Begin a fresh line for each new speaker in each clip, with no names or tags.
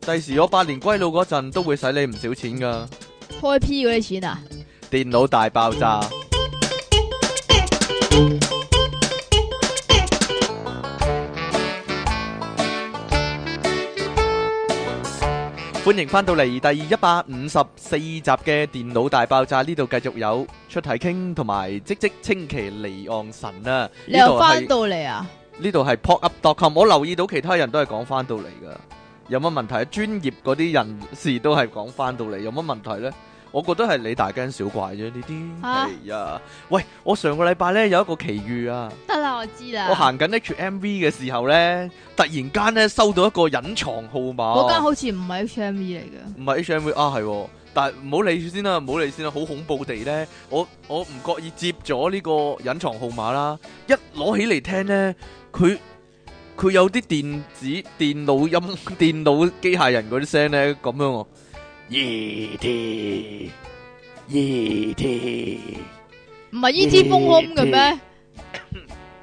第時我百年歸老嗰陣都會使你唔少錢噶。
開 P 嗰啲錢啊？
電腦大爆炸。歡迎翻到嚟第一百五十四集嘅電腦大爆炸，呢度繼續有出體傾同埋積積清奇離岸神啊！
你
呢度
又翻
係
到嚟啊？
呢度係 popup.com，我留意到其他人都係講翻到嚟噶，有乜問題啊？專業嗰啲人士都係講翻到嚟，有乜問題呢？我覺得係你大驚小怪啫，呢啲
啊
係啊！喂，我上個禮拜呢有一個奇遇啊！
得啦，我知啦。
我行緊 HMV 嘅時候呢，突然間呢收到一個隱藏號
嗰間
碼，
好似唔係 HMV 嚟嘅，
唔係 HMV 啊，係喎，但係唔好理先啦，唔好理先啦，好恐怖地呢，我我唔覺意接咗呢個隱藏號碼啦，一攞起嚟聽呢，佢佢有啲電子電腦音 電腦機械人嗰啲聲呢，咁樣喎，耶天耶天，
唔係呢支風空嘅咩？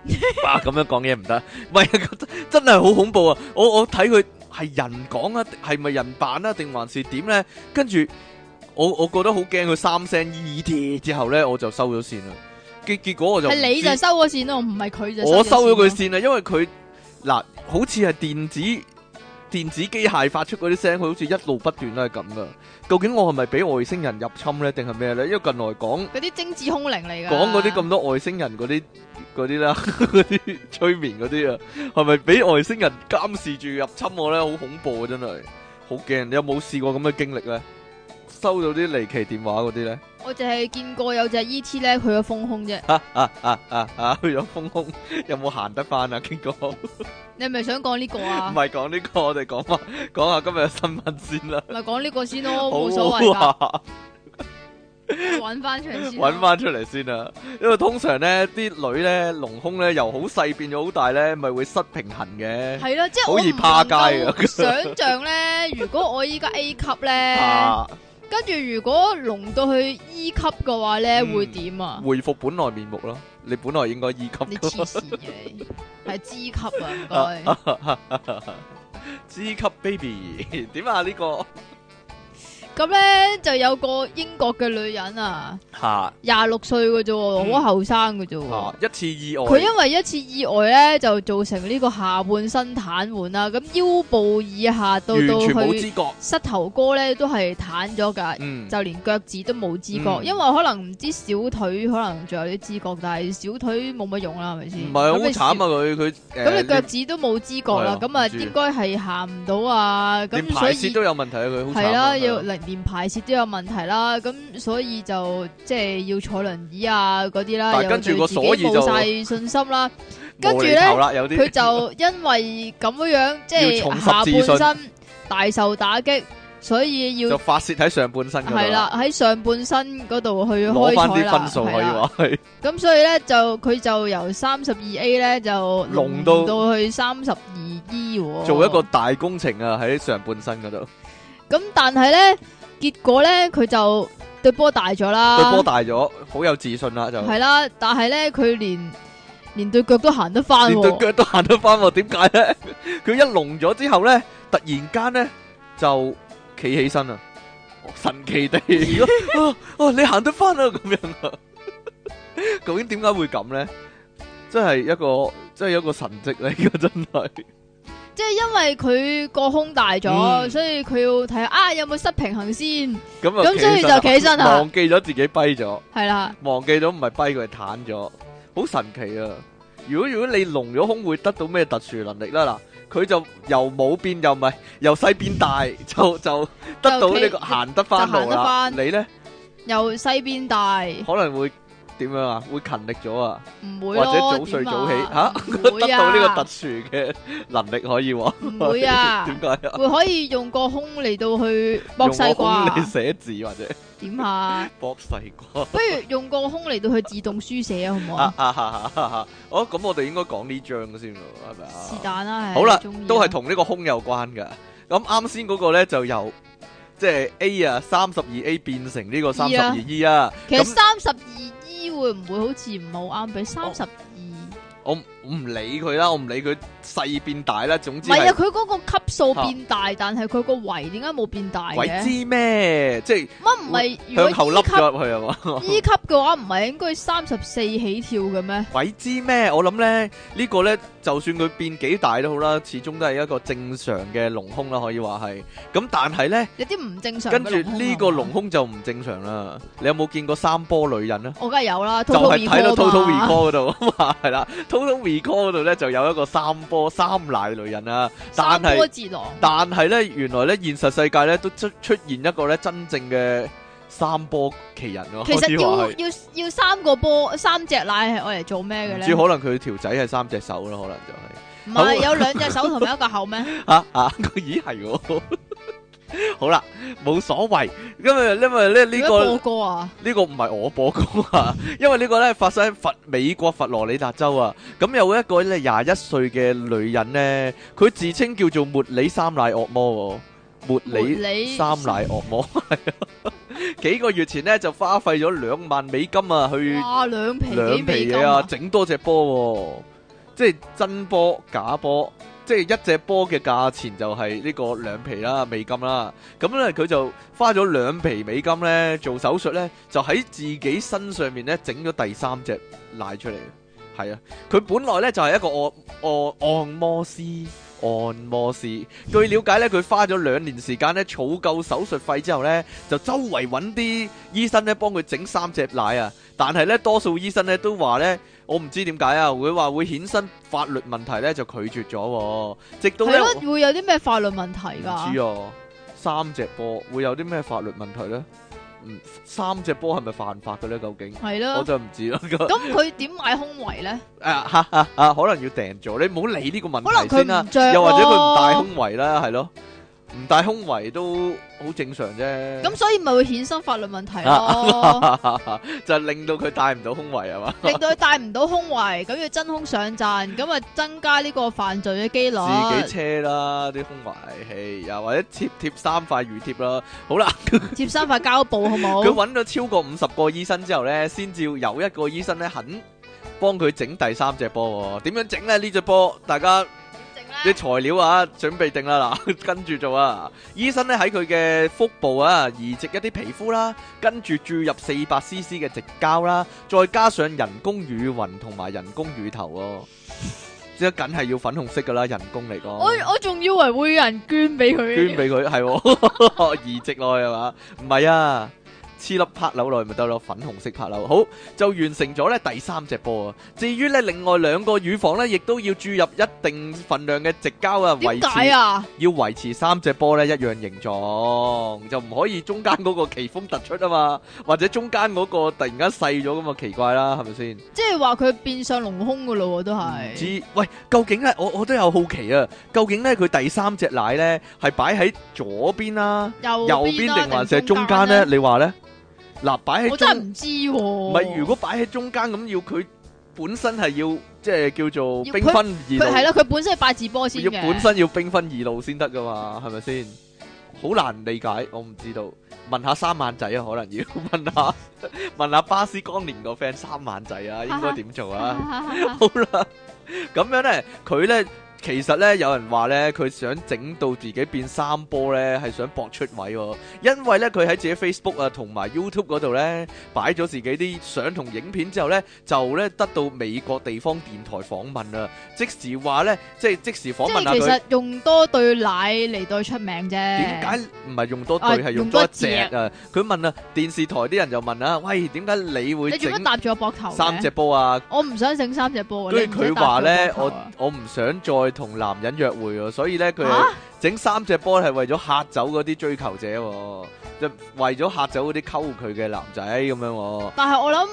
哇咁樣講嘢唔得，喂， 真係好恐怖啊！我我睇佢係人講啊，係咪人扮啊，定還是點呢？跟住我我覺得好驚，佢三聲 E T 之後呢，我就收咗線啦。結結果我就唔
係你就
知
收咗線咯，唔係佢就
我收咗佢
線
線啦，因為佢嗱好似係電子電子機械發出嗰啲聲，佢好似一路不斷都係咁噶。究竟我係咪俾外星人入侵呢？定係咩呢？因為近來講。
咯。嗰啲精子空靈嚟㗎。
講嗰啲咁多外星人嗰啲嗰啲啦，嗰啲催眠嗰啲啊，係咪俾外星人監視住入侵我咧？好恐怖啊！真係好驚。你有冇試過咁嘅經歷咧？收到啲離奇電話嗰啲咧，
我淨係見過有隻 E.T. 咧，佢個風空啫。
啊啊啊啊啊！去咗風空，有冇行得翻啊？經過唔
你係咪想講呢個啊？
係講呢個，我哋講翻講下今日嘅新聞先啦。
咪講呢個先咯，冇所謂
好
㗎，
啊。
揾翻出嚟先啦。
揾翻出嚟先啊！因為通常咧，啲女咧隆胸咧由好細變咗好大咧，咪會失平衡嘅。
係啦，即係
好
我
易
唔
趴街
能
啊
夠想像咧，如果我依家 A 級咧，
啊，
跟住如果隆到去 E 級嘅話咧，
嗯
會點啊？
回復本來面目咯。你本來應該 E 級
你
㗎
黐線嘅你， 係 G 級啊，唔該。
，G ，E 級 baby 點啊？呢個
咁咧就有個英國嘅女人啊，
嚇
廿六歲嘅啫喎，
嗯啊
好後生嘅啫喎。
嚇一次意外，
佢因為一次意外咧，就造成呢個下半身癱瘓啦。咁腰部以下到
完
到
全冇
去
知覺。
膝頭哥咧，都係癱咗㗎。
嗯，
就連腳趾都冇知覺，
嗯
因為可能唔知小腿可能仲有啲知覺，但係小腿冇乜用啦，係咪先？
唔係
嗯咁你
好慘
小！
啊！佢佢
咁
誒
你腳
連
趾都冇知覺啦，
係啊
咁啊
唔知
應該係行唔到啊，
連
咁所
排泄
以
都有問題啊！佢好
係
慘啊
啦，要連連排泄都有問題啦，咁所以就即係要坐輪椅啊嗰啲啦，
但係
又
跟住
對
個
自己
所以就
冇晒信心啦，跟住
無厘
咧
頭啦，有啲
佢就因為咁樣樣即
要重
係
拾
下
自信
半身大受打擊，所以要
就發泄喺上半身㗎啦
系啦，喺上半身嗰度去
攞
開
翻
採
啲
啦，
分數可
係
以
啦
話係。
咁所以咧就佢就由三十二 A 咧就
弄
到
到
到去三十二 E 喎，
做一個大工程啊，喺上半身嗰度，
咁，但係咧結果咧佢就對波大咗
對波
啦，
大咗，好有自信啦就，
啊係啦，但係咧佢連連對腳都行得翻
連對
喎，
腳都行得翻喎，點解咧？佢一隆咗之後咧，突然間咧就企起身啊，神奇地 啊啊！你行得翻啊咁樣啊， 究竟點解會咁咧？真係一個真係一個神蹟嚟噶，真係
即係因為佢個胸大咗，
嗯
所以佢要睇下啊有冇失平衡先，
咁啊！
咁所以就企起身啊，
忘記咗自己跛咗。
係啦，
忘記咗唔係跛佢係攤咗，好神奇啊！如果如果你隆咗胸會得到咩特殊能力啦？嗱，佢就由冇變又唔係由細變大，就就得到呢個
就
行得翻
就行
路
得
啦。
返
你呢，
由細變大，唔
可能會點樣啊？會勤力咗啊，
會
或者
咯，
早睡
點啊
早起吓，
唔 會
得
啊
到呢個特殊嘅能力可以話。，
唔會啊
點解啊？
會可以用個胸嚟到去
用
剝西
個
瓜
胸
啊
嚟，寫字或 者
點下？
剝西瓜。
不如用個胸嚟到去自動書寫啊，好唔好
啊
啊？
啊啊啊啊！ 哦，咁我哋應該講呢張先咯，係咪啊？
是但啦，係
好啦
你鍾意啊
都係同呢個胸有關噶。咁啱先嗰個咧就由即係 A 啊三十二 A 變成呢個三
E
十
啊
二 E 啊。
其
咁
實
哦
三十二 E 會唔會好似唔係好啱俾三十二？
我唔我唔理佢啦，我唔理佢細變大啦，總
唔
之
係
係
啊，佢嗰個級數變大，但係佢個圍點解冇變大
鬼
嘅？
知咩？即係
乜唔係如
向後
果
凹
E 級
咗入去係嘛？
E 級嘅話，唔係應該三十四起跳嘅咩？
鬼知咩？我諗咧呢個咧，就算佢變幾大都好啦，始終都係一個正常嘅隆胸啦，可以話係。咁但係咧，
有啲唔正常嘅
跟
隆
住
胸啊。
呢個隆胸就唔正常啦。你有冇見過三波女人啊？
我梗係有啦，
就
套套
係睇到 Total
recall
Recall
嘛
嗰度啊嘛， 係啦，Total Recall 嗰度咧就有一個三波三奶女人啊，但
三
係
波。字郎，
但係咧，原來咧現實世界咧都出出現一個咧真正嘅三波奇人咯，
其
可以
實
話
要
係
要要三個波三隻奶係愛嚟做咩嘅
唔
咧
知？可能佢條仔係三隻手咯，可能就係、 好
唔係有兩隻手同埋一個 口咩？
啊啊！咦係喎， 好啦，冇所謂，因為因為咧呢、
如
個
果播
呢、
歌啊，
個唔係我播歌啊， 因為呢個咧發生喺佛美國佛羅里達州啊，咁有一個咧廿一歲嘅女人咧，佢自稱叫做茉莉三奶惡魔喎。茉莉
你
三奶惡魔，係啊 幾個月前咧就花費咗兩萬美金啊，去
哇兩皮幾
兩
美
皮
金
嘢啊，
啊！
整多隻波喎，即係真波假波，即係一隻波嘅價錢就係呢個兩皮啦美金啦。咁咧佢就花咗兩皮美金咧做手術咧，就喺自己身上面咧整咗第三隻奶出嚟。係啊，佢本來咧就係、一個按按按摩師。按摩師，據了解咧，佢花咗兩年時間咧，儲夠手術費之後咧，就周圍揾啲醫生咧幫佢整三隻奶啊。但係咧，多數醫生咧都話咧，我唔知點解啊，會話會衍生法律問題咧，就拒絕咗喎。直到
係
咧，
咯，會有啲咩法律問題
唔
㗎
知？啊，三隻波會有啲咩法律問題咧？嗯，三隻波係咪犯法嘅咧？究竟
係
我
咯，
就唔知啦。咁
咁佢點買胸圍咧？
啊哈哈啊，可能要訂咗，你唔好理呢個問題
可
先
能
啦
佢唔。着
又或者佢唔戴
咯
胸圍啦，係咯，唔戴胸圍都好正常啫。
咁所以咪會衍生法律問題咯。
啊 就令到佢戴唔到胸圍係嘛？
令到佢戴唔到胸圍，咁要真空上陣，咁啊增加呢個犯罪嘅機率。
自己車啦，啲胸圍器，又或者貼貼三塊乳貼啦。好啦，
接三塊膠布好
佢
冇？
揾咗超過五十個醫生之後呢，先至有一個醫生呢肯幫佢整第三隻波喎。點樣整呢？呢隻波大家啲材料啊，準備定啦嗱， 跟住做啊。醫生呢喺佢嘅腹部啊移植一啲皮膚啦，跟住注入四百 CC 嘅直膠啦，再加上人工乳暈同埋人工乳頭喎、即係梗係要粉紅色噶啦，人工嚟講。
我我仲以為會有人捐俾
捐
佢，
俾佢係喎， 移植落去係嘛？唔係啊，黐粒拍扭落去咪得咯，粉紅色拍扭。好就完成咗咧第三隻波啊。至於咧另外兩個乳房咧，亦都要注入一定份量嘅直膠啊，維
點解
持
啊？
要維持三隻波咧一樣形狀，就唔可以中間嗰個奇峰突出啊嘛， 或者中間嗰個突然間細咗咁啊奇怪啦，係咪先？
即係話佢變相隆胸噶咯喎，都
唔
係。
知喂，究竟咧，我我都有好奇啊，究竟咧佢第三隻奶咧係擺喺左邊啦、
右
右邊
邊啦
定還是係中間
間
咧？？你話咧？嗱，擺喺
我真係
中，
唔知喎。
唔
唔
係如果擺喺中間咁，要佢本身係要即係叫做
要
兵分二
佢係
路，
咯，佢本身係八字波先
要
嘅。
本身要兵分二路先得噶嘛，係咪先？好難理解，我唔知道。問下三萬仔啊，可能要 問下問下巴斯光年個 friend 三萬仔啊，應該點做啊？ 好啦，咁樣咧，佢咧其實咧有人話咧，佢想整到自己變三波咧，係想搏出位喎、因為咧佢喺自己 Facebook 啊同埋 YouTube 嗰度咧擺咗自己啲相同影片之後咧，就咧得到美國地方電台訪問啊，即時話咧，即係即時訪
即
問下
係其
佢
實用多對奶嚟對出名啫。
點
點
解唔係用多對
啊
係用
用
多一
多
隻啊？佢問啊，電視台啲人就問啊，喂，點解你會
你做乜
整
搭住我膊頭嘅
三隻波啊？
我唔想整三隻波。
跟住
你唔使
佢
搭
話咧，
我膊
我
頭啊
我唔想再同男人約會喎，所以咧佢
嚇
整三隻波係為咗嚇走嗰啲追求者喎，就為咗嚇走嗰啲溝佢嘅男仔咁樣喎。
但係我諗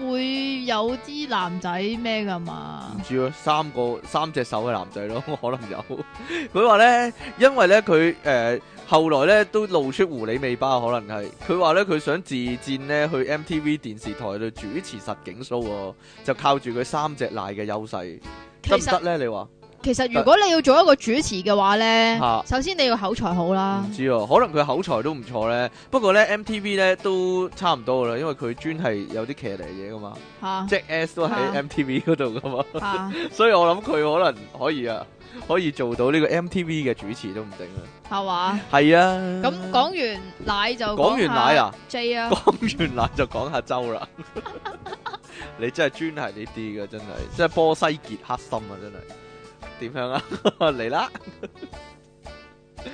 會有啲男仔咩噶嘛
唔？知啊，三個三隻手嘅男仔咯， 可能有。佢話咧，因為咧佢誒後來咧都露出狐狸尾巴，可能係佢話咧佢想自薦咧去 MTV 電視台度主持實景 show 喎，就靠住佢三隻奶嘅優勢，
其
得唔得
實
咧？你話
其實如果你要做一個主持嘅話咧
嚇，
首先你要口才好啦
唔，知啊，可能佢口才都唔錯咧。不過咧，MTV 咧都差唔多噶啦，因為佢專係有啲騎呢嘢噶嘛，
吓
即係 S 都喺
啊
MTV 嗰度噶嘛，
吓
所以我諗佢可能可以啊，可以做到呢個 MTV 嘅主持都唔定啊。
係 嘛？
係啊，
咁講完奶就
講完奶啊
，J 啊，
講完奶就講下周啦。 你真係專係呢啲嘅，真係，即係波西傑克森啊，真係。點樣啊？ 嚟啦，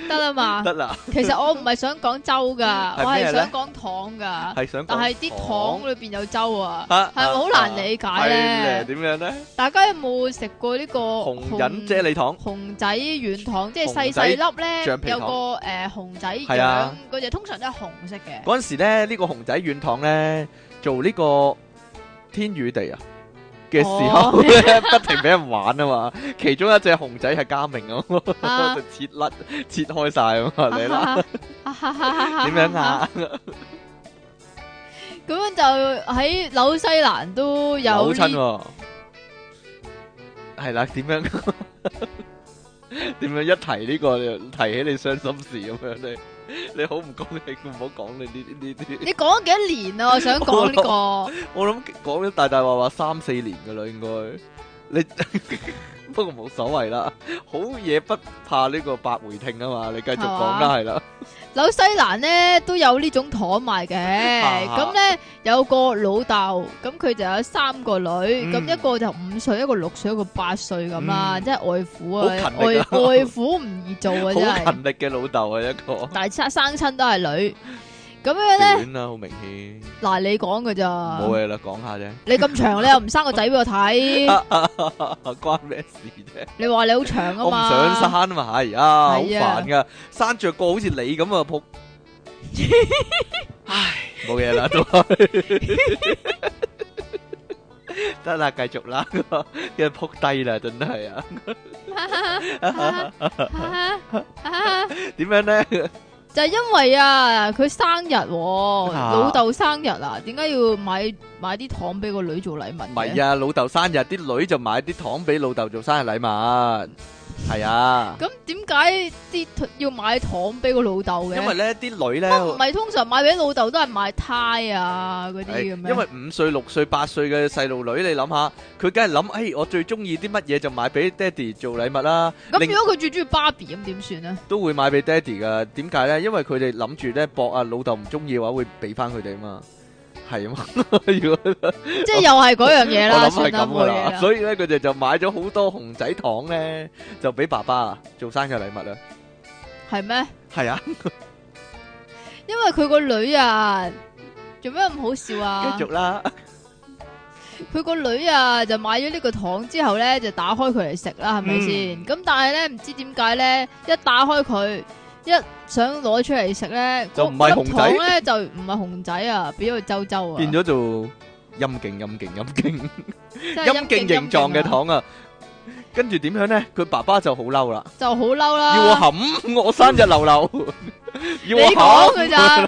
得啦嘛。
得啦，
其實我唔係想講粥噶，
係
我
咩
係
咧
想講糖噶，
係想講
但係啲糖裏邊有粥啊。
嚇，
係咪好難理解咧
係咧點樣咧？
大家有冇食過呢個
哦紅忍啫喱糖。
熊仔軟糖，即係
熊
細
仔
細粒咧，
橡皮糖
有個誒熊仔
係啊
樣嗰只，通常都係紅色嘅。
嗰陣時咧，呢、個熊仔軟糖咧做呢個天與地啊嘅時候
哦
咧， 不停俾人玩啊嘛。其中一隻熊仔係嘉明啊，
啊
就切甩切開晒啊嘛，你啦
啊
點
點
樣？啊？
咁樣就喺紐西蘭都
扭
有
親
呢
喎，係啦，點樣？ 點樣一提呢、個你就提起你傷心事咁樣咧？你好唔高興，唔好講你呢呢啲。
你講咗幾多年啊？我想講呢個，
我諗講咗大大話話三四年噶啦，應該你 不過冇所謂啦，好嘢不怕呢個百回聽啊嘛，你繼續講啦，
係嘛
係啦，
紐西蘭咧都有呢種糖賣嘅。咁咧有個老豆，咁佢就有三個女，
嗯
咁一個就五歲，一個六歲，一個八歲咁啦，
嗯
即係外父啊，
好勤力啊
外外父唔易做啊，真
好
係。
勤力嘅老豆啊一個，
但係生親都係女，咁樣咧，
短啦，啊好明顯，
嗱你講噶
冇
咋？
嘢啦，講下啫，
你咁長，你又唔生個仔俾我睇，
關咩事啫？
你話你好長
我唔
啊
想生
嘛？
啊嘛，係啊，好
係啊
煩噶，生着個好似你咁 啊，仆，唉，冇嘢啦，都係得啦，繼續啦，一仆低啦，真係啊！點樣咧？
就係因為啊，佢生日喎，
啊
老豆生日啊，點解要買買啲糖俾個女做禮物
唔
嘅？
係啊，老豆生日，啲女就買啲糖俾老豆做生日禮物。係啊，
咁點解啲要買糖俾個老豆嘅？
因為咧啲女咧，
乜唔係通常買俾老豆都係買胎啊嗰啲
係
嘅咩？
因為五歲、六歲、八歲嘅細路女，你諗下，佢梗係諗，哎，我最中意啲乜嘢就買俾爹哋做禮物啦，
咁
另
如果佢最中意芭比咁點算咧？
都會買俾爹哋噶。點解咧？因為佢哋諗住咧博啊老豆唔中意嘅話，會俾翻佢哋嘛。係啊嘛， 如果
即係又係嗰樣嘢啦，
哦我諗係
算啦，
咁
冇
噶
嘢
啦，
啦。
所以咧佢哋就買咗好多熊仔糖咧，就俾爸爸啊做生日禮物啊。
係咩？
係啊。
因為佢個女啊，做咩咁好笑啊？
繼續啦，
佢個女啊就買咗呢個糖之後咧，就打開佢嚟食啦，係咪先？
嗯
咁但係咧，唔知點解咧，一打開佢，一想攞出嚟食咧，
就
嗰
唔係
嗰粒
熊仔
糖咧，就唔係熊仔啊，變咗周周啊，
變咗做陰莖陰莖陰莖
真係
陰莖形狀嘅
啊，
糖啊！跟住點樣咧？佢爸爸就好嬲啦，
就好嬲啦。
要我冚我生日流流，
你
要我
講
冚
佢，咋？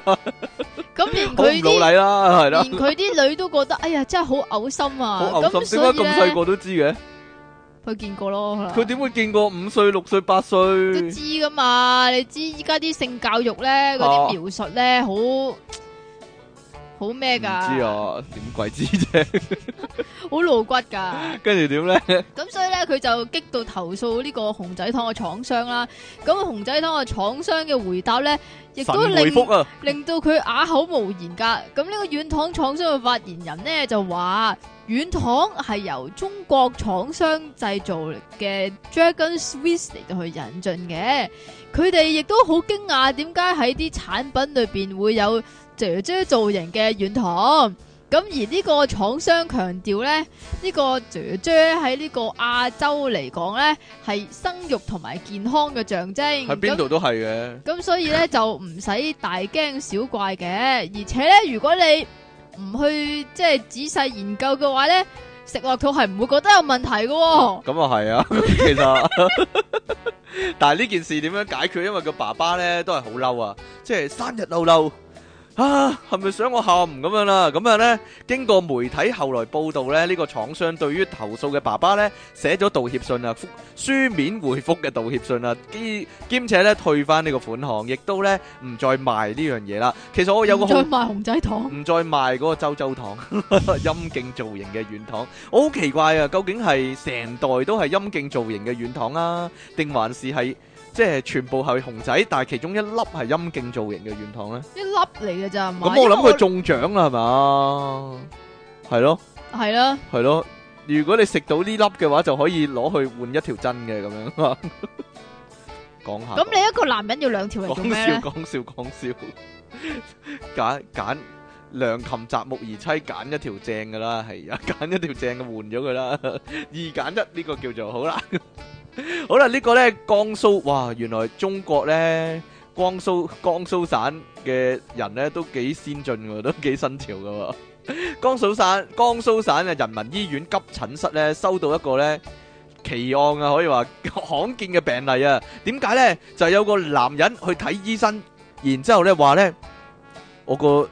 咁連
好唔
佢啲
老禮啦，係啦
連，佢啲女都覺得，哎呀，真係好嘔心啊！
好嘔
咁
心，點
所
解
以
咁細
咧，
個都知嘅？
佢見過咯，可能
佢點會見過五歲、六歲、八
啊都
歲？
知噶嘛？你知依家啲性教育咧，嗰
啊
啲描述咧，好好咩
唔知
噶？
啊，點鬼知啫？
好露骨噶。
跟住點咧？
咁所以咧，佢就激到投訴呢個熊仔糖嘅廠商啦。咁熊仔糖嘅廠商嘅回答咧，亦
神
都
回
令
覆啊！
令到佢啞口無言噶。咁呢個軟糖廠商嘅發言人呢，就話，軟糖係由中國廠商製造嘅 Dragon Swiss 嚟到去引進嘅。佢哋亦都好驚訝，點解喺啲產品裏邊會有姐姐造型嘅軟糖？咁而呢個廠商強調呢，呢、個姐姐喺呢個亞洲嚟講呢，係生育同埋健康嘅象徵。
喺邊
咁
度都係嘅，
咁所以咧就唔使大驚小怪嘅，而且咧如果你唔去即係仔細研究嘅話咧，食落肚係唔會覺得有問題嘅、 喎。
咁啊係 啊，其實，但係呢件事點樣解決？因為個爸爸咧都係好嬲啊，即係生日嬲嬲，啊，係咪想我喊咁樣啦？咁樣呢，經過媒體後來報道呢，呢、個廠商對於投訴嘅爸爸呢，寫咗道歉信啊，覆書面回覆嘅道歉信啊，兼兼且呢，退翻呢個款項，亦都呢，唔再賣呢樣嘢啦。其實我有個
唔再
好。
賣熊仔糖，
唔再賣嗰個周周糖 陰莖造型嘅軟糖，我好奇怪啊！究竟係成袋都係陰莖造型嘅軟糖啊，定還是係即係全部係熊仔，但係其中一粒係陰莖造型嘅軟糖呢？
一粒嚟嘅咋嘛？
咁我諗佢
仲
中獎啦，係嘛？係咯，
係啦，
係咯。如果你食到呢粒嘅話，就可以攞去換一條真嘅咁樣。 講下
咁你一個男人要兩條嚟做
講
咩
笑
咧？
講笑講笑， 揀揀良禽擇木而棲，揀一條正嘅啦，係 啊，揀一條正嘅換咗佢啦， 二揀一呢個叫做好啦， 好啦，呢個咧江蘇，哇，原來中國咧江蘇江蘇省嘅人咧都幾先進嘅，都幾新潮嘅喎。江蘇省江蘇省嘅人民醫院急診室咧，收到一個咧奇案啊，可以話 罕見嘅病例啊。點解咧？就係有個男人去睇醫生，然之後咧話咧，我個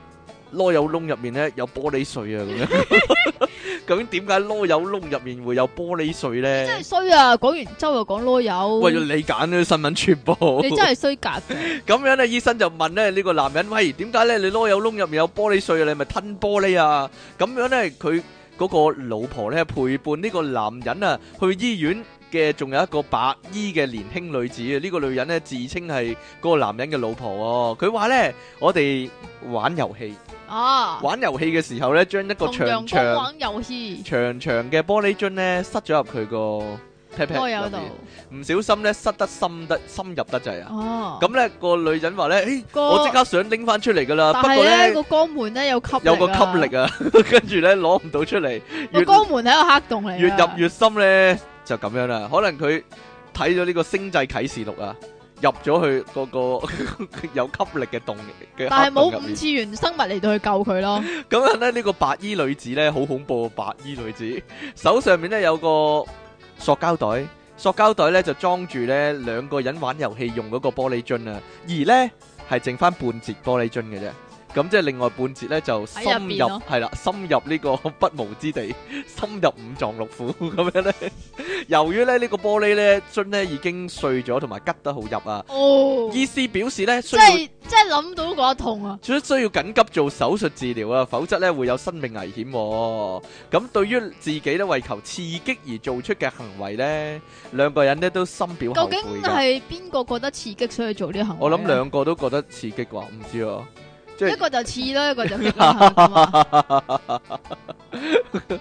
啰柚窿入面咧有玻璃碎啊， 咁樣。究竟點解啰柚窿入面會有玻璃碎咧？
真係衰啊！講完之後又講啰
喂，
柚，
你揀呢啲新聞全部。
你真係衰格嘅。
咁樣咧，醫生就問咧呢個男人：喂，點解咧你籮柚窿入面有玻璃碎啊？你咪吞玻璃啊？咁樣咧，佢嗰個老婆咧陪伴呢個男人啊去醫院嘅，仲有一個白衣嘅年輕女子啊。呢個女人咧自稱係嗰個男人嘅老婆喎。佢話咧，我哋玩遊戲，
啊！
玩遊戲嘅時候咧，將一個
同
長
陽光
長
玩遊戲，
長長嘅玻璃樽咧塞咗入佢個 pat
啰
pat
柚
入
度
面，唔小心咧塞得深得深入得滯啊！
哦。
咁咧個女人話咧，誒，
個
我即刻想拎翻出嚟噶啦，
但
不
係
過
咧
咧
個肛門咧有吸
有個吸力
啊，
啊， 跟住咧攞唔到出嚟，
個
越
肛門喺個黑洞嚟㗎，
越入越深咧就咁樣啦。可能佢睇咗呢個星際啟示錄啊，入咗去嗰個 有吸力嘅洞 嘅
但係
黑洞
冇
入
五
面。
次元生物嚟到去救 佢咯。
咁樣咧呢個白衣女子咧好恐怖，白衣女子手上面咧有個塑膠袋，塑膠袋咧就裝住咧兩個人玩遊戲用嗰個玻璃樽啊，而咧係剩翻半截玻璃樽嘅啫。咁即係另外半截咧就深
喺入
入
邊咯
係啦，深入呢個不毛之地， 深入五臟六腑咁樣咧。 由於咧呢個玻璃咧樽咧已經碎咗，同埋吉得好入啊。
哦，
醫師表示咧需
即
要。
係即係諗到都覺得痛啊！
最需要緊急做手術治療啊，否則咧會有生命危險、喎。咁對於自己咧為求刺激而做出嘅行為咧，兩個人咧都深表後
究
悔
竟
㗎。
係邊個覺得刺激所以做呢個行為啊？
我諗兩個都覺得刺激啩，唔知啊，即
一
係
個就刺啦，一個就激 啦，係嘛
啊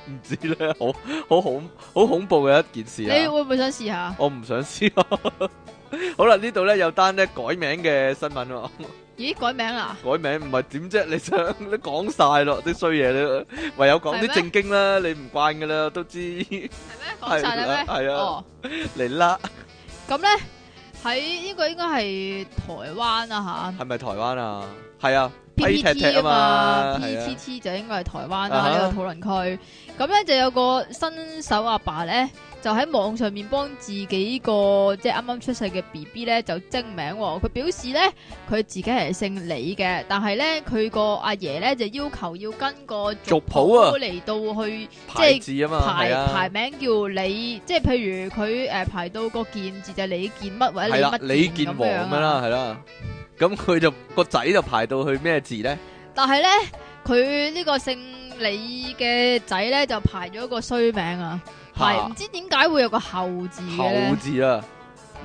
唔知咧，好好恐好恐怖嘅一件事
你
啊！
會唔會想試下？
我唔想知啊。 好啦，呢度咧有單咧改名嘅新聞喎、
咦，改名啊啦？
改名唔係點啫？你想你講晒咯，啲衰嘢咧，唯有講
係咩
啲正經啦，你唔慣噶啦，都知。
係咩？講晒啦咩？
係啊係啊
哦，
嚟啦，
咁咧喺呢個應該係台灣啊
係咪台灣啊？係啊，
吓
PTT
，PTT 啊嘛
係啊
，PTT 就應該係台灣
啊
啦
哈
呢個討論區。咁咧就有個新手阿爸咧，就喺網上面幫自己個即係啱啱出世嘅 B B 咧就徵名喎。佢表示咧佢自己係姓李嘅，但係咧佢個阿爺咧就要求要跟個
族譜啊
嚟到去。
牌子啊嘛，
排
係
排
啊，
名叫李，即係譬如佢誒排到個健字就係李健乜或者
係
李
啦
乜，
李
健
健
咁
王
樣
咁
啊
啦，係啦。咁佢就個仔就排到去咩字咧？
但係咧，佢呢個姓李嘅仔咧就排咗個衰名啊，排
嚇
唔知點解會有個後字嘅
後
咧。
字啊，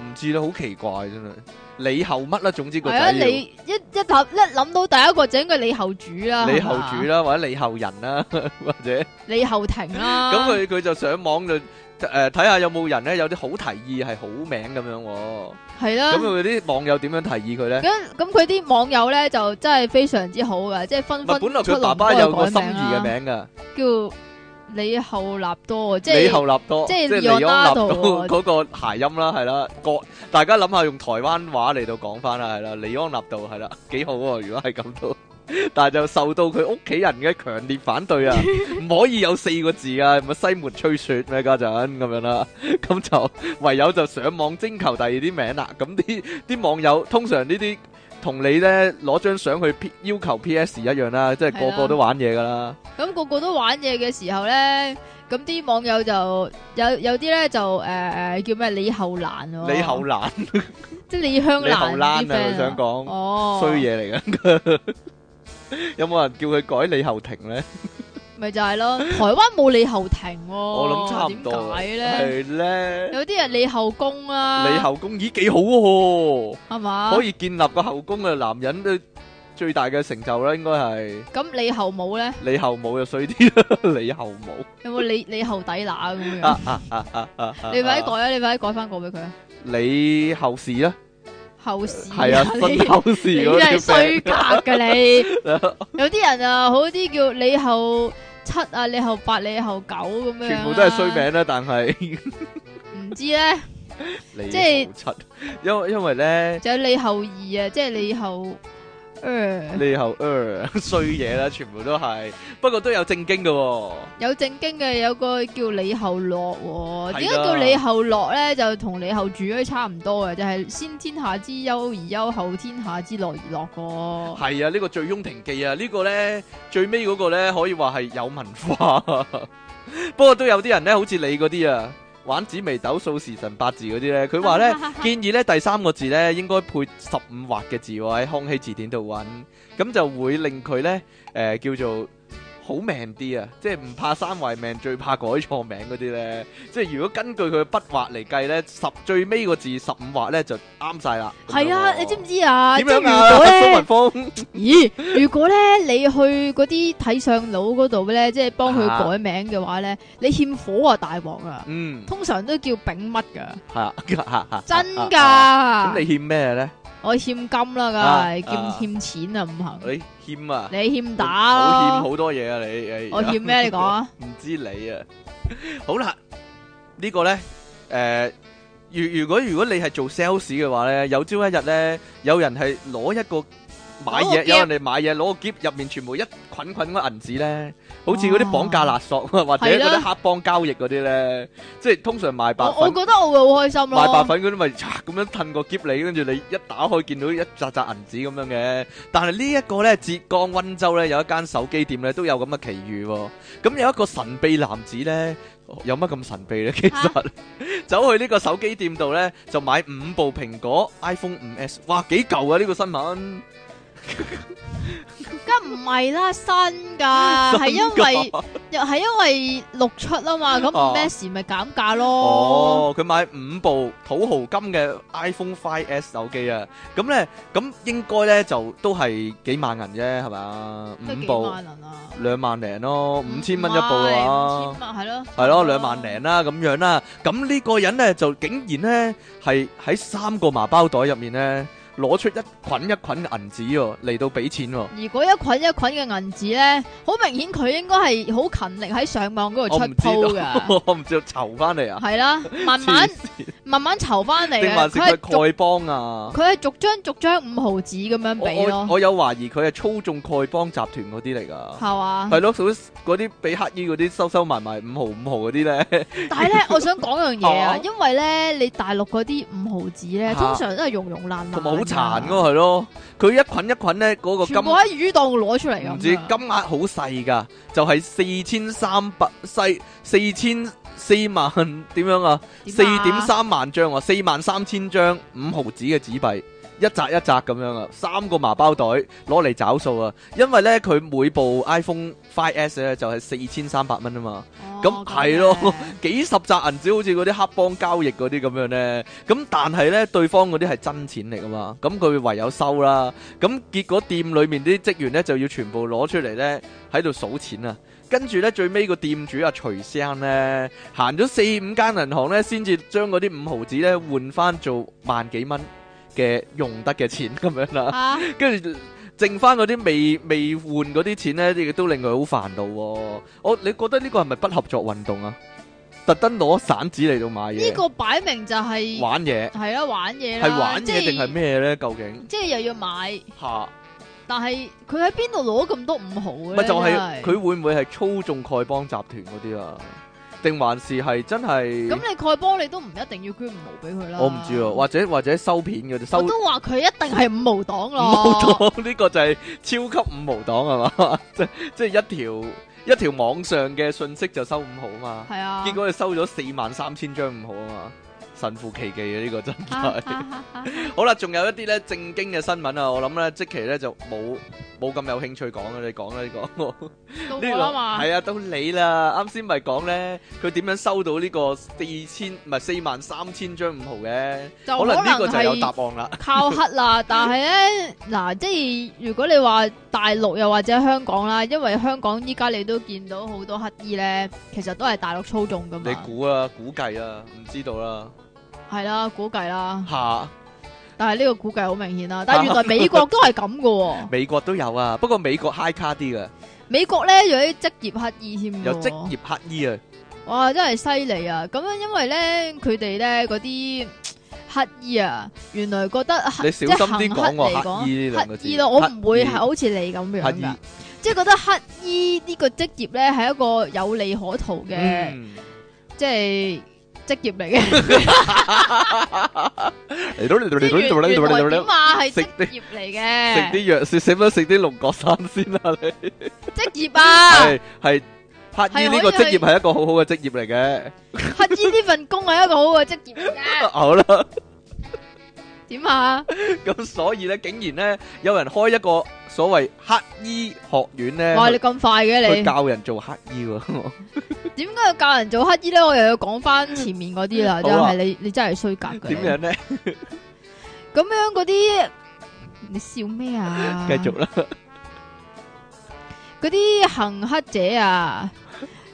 唔知啦，好奇怪真係。李後乜啦？總之個
係啊，
仔要
你一一諗一諗到第一個就應該李後主啦，
李
係
後
嘛
主、啦，或者李後人啦， 或者。
李後庭啦。
咁佢佢就上網就誒睇下有冇人咧有啲好提議係好名咁樣喎，
係啦
咁。佢啲網友點樣提議佢咧？
咁咁佢啲網友咧就真係非常之好嘅，即係
唔係
紛紛
本來
出
佢爸
籠都
爸有個
係
心
改名
儀嘅
啦，
名㗎，
叫李後立多，即
李
係。
後立多，
即
即
係
係李安納多
Leonardo
嗰個諧音啦，係啦，國大家諗下用台灣話嚟到講翻啦，係啦，李安納度係啦， 幾好喎！如果係咁都， 但係就受到佢屋企人嘅強烈反 對啊，唔可以有四個字啊，咪西門吹雪咩家陣咁樣啦， 咁就唯有就上網徵求第二啲名啦。咁啲啲網友通常呢啲同你咧攞張相去 P 要求 PS 一樣啦，即係個
係啊
個
啦
都玩嘢噶啦。
咁個個都玩嘢嘅時候咧，咁啲網友就有有啲咧就诶、呃叫咩李後蘭喎，
李後蘭，
即係李香
李後
蘭
蘭啊，
哦啲 friend
佢想講
哦，
衰，嘢嚟嘅。 有冇人叫佢改李後庭咧？
咪就係咯，台灣冇李後庭喎，
我
我
諗差唔多。啊
解咧？
係咧，
有啲人李後宮啊，
李後宮咦幾好喎，
係嘛？
可以建立個後宮嘅男人都最大嘅成就啦，應該係
咁李後母咧，
李後母就衰 啲啦，李後母。
有冇李李後底乸咁
啊
樣？你快啲改啊！你快啲改翻個俾佢啊！
你後事啦，
後事
係啊，
你
身後事
你
嗰
真
啲
係衰
friend
格噶 你。有啲人啊，好啲叫你後七啊，你後八，你後九咁樣啊。
全部都係衰名啦，但 係
名。唔知咧，
你
即係
後七，因為因為咧
仲有你後二啊，即係你後呃
你後 呃衰嘢啦，全部都係，不過都有正經嘅喎，
有正經嘅，有個叫李後樂
係啦
喎。點解叫李後樂咧？就同李後主咧差唔多嘅，就係先天下之憂而憂，後天下之樂而樂個。
係啊，呢個《醉翁亭記》啊，呢個咧最尾嗰個咧可以話係有文化， 不過都有啲人咧好似你嗰啲啊，玩紫微斗數時辰八字嗰啲咧，佢 話咧。
啊
建議咧第三個字咧應該配十五畫嘅字喎，喺康熙字典度揾，咁就會令佢咧誒叫做好命啲啊！即係唔怕生壞命，最怕改錯名嗰啲咧。即係如果根據佢嘅筆畫嚟計咧，十最尾個字十五畫咧就啱晒啦。
係啊，你知唔
知？
知啊？即
點
係如
樣啊？
果
蘇
咧
文。峰
咦，如果咧你去嗰啲睇相佬嗰度咧，即係幫佢
啊
改名嘅話咧，你欠火啊大鑊啊！
嗯
通常都叫丙乜噶，
係啊，
真
啊。咁
噶。
你欠咩咧？
我欠金啦，
啊
梗
啊
係欠欠錢啊，唔行。
你欠啊？
你欠
好
打
欠
咯，
好多嘢啊！你
我欠咩？你 講啊？
唔知你啊。好啦，呢、個呢，誒、如如果如果你係做 sales 嘅話呢，有朝一日呢，有人係攞一個買
攞個
嘢，
夾
有人嚟買嘢，攞個夾入面全部一捆捆嗰銀紙呢，好似嗰啲綁架勒索或者
係啦
嗰啲黑幫交易嗰啲呢，即係通常賣白
我我
粉。
覺得我會好開心
賣白
咯。
粉嗰啲咪嚓咁樣褪個夾你，跟住你一打開見到一扎扎銀紙咁樣嘅。但係呢一個呢，浙江温州呢有一間手機店呢都有咁嘅奇遇喎。咁有一個神秘男子呢，有乜咁神秘呢？其實、 走去呢個手機店度呢，就買五部蘋果 iPhone 五 S，哇幾舊啊呢、個新聞，
梗唔係啦，新 㗎，係因為又係因為六出啊嘛，
哦
咁咩時咪減價咯。
哦，佢買五部土豪金嘅 iPhone 5S 手機啊，咁呢，咁應該呢，就都係幾萬銀啫，係嘛？
都
五
幾
部。
萬人啊！
兩萬零咯，五千蚊一部
唔係五
啊
千，蚊係咯，
係咯，兩萬零啦咁樣啦。咁呢個人呢，就竟然呢，係喺三個麻包袋入面呢，攞出一捆一捆嘅銀紙喎嚟到俾錢喎。
而嗰一捆一捆嘅銀紙咧，好明顯佢應該係好勤力喺上網嗰度
我
出
唔
鋪
知道，
㗎，
我唔知道籌翻嚟啊，
係啦，慢
黐
慢
線
慢慢籌翻嚟
定
嘅，
還是
佢
佢
係逐
丐幫啊？
佢係逐張逐張五毫子咁樣
我
俾
我
咯，
我有懷疑佢係操縱丐幫集團嗰啲嚟㗎。
係嘛？
係咯，屬於嗰啲俾乞衣嗰啲收收埋埋五毫五毫嗰啲呢。
但係咧，我想講樣嘢啊
啊，
因為咧你大陸嗰啲五毫子咧，
嚇
通常都係融融爛爛，
同埋好殘㗎，係咯。佢一捆一捆呢，嗰個金
全部喺魚檔攞出嚟咁㗎。
唔知金額好細噶，就係四千三百細四千四萬點樣啊？四
點啊
點三萬張啊，四萬三千張五毫子嘅紙幣，一扎一扎咁樣啊，三個麻包袋攞嚟找數啊，因為呢，佢每部 iPhone 5S 咧就係四千三百蚊啊嘛。
哦
咁係咯幾十扎銀紙，好似嗰啲黑幫交易嗰啲咁樣呢。咁但係呢，對方嗰啲係真錢嚟噶嘛，咁佢唯有收啦。咁結果店裏面啲職員呢，就要全部攞出嚟呢，喺度數錢啊。跟住呢，最尾個店主阿徐生呢，行咗四五間銀行呢，先至將嗰啲五毫紙呢換翻做萬幾蚊嘅用得嘅錢咁樣啦。
嚇
跟住剩翻嗰啲未未換嗰啲錢咧，亦都令佢好煩惱喎、我你覺得呢個係咪不合作運動啊？特登攞散紙嚟到買嘢，
呢個擺明就係
玩 嘢
係啦，玩嘢啦，
係玩
即
嘢定係咩咧？究竟
即係又要買，
嚇
但係佢喺邊度攞咁多五毫嘅
咪就
係
係佢會唔會係操縱丐幫集團嗰啲啊？定還是係真係？
咁你丐幫你都唔一定要捐五毛俾佢啦。
我唔知喎，或者或者收片嘅啫，
我
收五
都話佢一定係五毛黨咯。
毛 黨呢個就係超級五毛黨係嘛？即即係一條一條網上嘅信息就收五毫嘛，
係啊。
結果你收咗四萬三千張五毫啊嘛，神乎其技嘅呢個真 係。 好啦，仲有一啲咧正經嘅新聞啊，我諗咧即期咧就冇冇咁有興趣講啦，你講啦，你講。
到
呢
我啦嘛
個，係啊，到你啦。啱先咪講咧，佢點樣收到呢個四千唔係四萬三千張五毫嘅？
就
可能呢個就有
係
答案啦。
靠黑 啦，但係咧嗱，即係如果你話大陸又或者香港啦，因為香港依家你都見到好多乞衣咧，其實都係大陸操縱噶
你
嘛，
估啊，估計啊，唔知道啦。
係啦，估計啦，
嚇，
但係呢個估計好明顯啦，但係原來美國都係咁噶喎，
美國都有啊，不過美國 high 卡啲嘅，
美國咧有啲職業乞衣添㗎喎，
有職業乞衣啊。
哇，真係犀利啊！咁樣因為咧，佢哋咧嗰啲乞衣啊，原來覺得
你小心啲
即係
講
行
喎
乞嚟講
乞衣呢兩個字
乞衣咯，我唔會
乞
係
衣
好似你咁
乞
樣
衣
噶，即係覺得乞衣呢個職業咧係一個有利可圖嘅，
嗯，
即係。職業嚟嘅，
嚟到嚟到
即
嚟
係
到
原
嚟到
原
嚟
來
到
點啊？係
食
職業嚟
食
嘅，
啲藥，食使唔使食啲龍角散先啦？你
職業啊！
係係乞衣呢個職業係一個好好嘅職業嚟嘅。
乞衣呢份工係一個好嘅職業嚟嘅，
好啦。
點啊？
咁所以咧，竟然咧有人開一個所謂乞衣學院咧，
哇！你
去
咁快嘅
去
你，
教人做乞衣喎。
點解要教人做乞衣咧？我又要講翻前面嗰啲啦，
好
真
啊
係你你真係衰格嘅。
點樣咧？
咁樣嗰啲，你笑咩啊？
繼續啦，
嗰啲行乞者啊，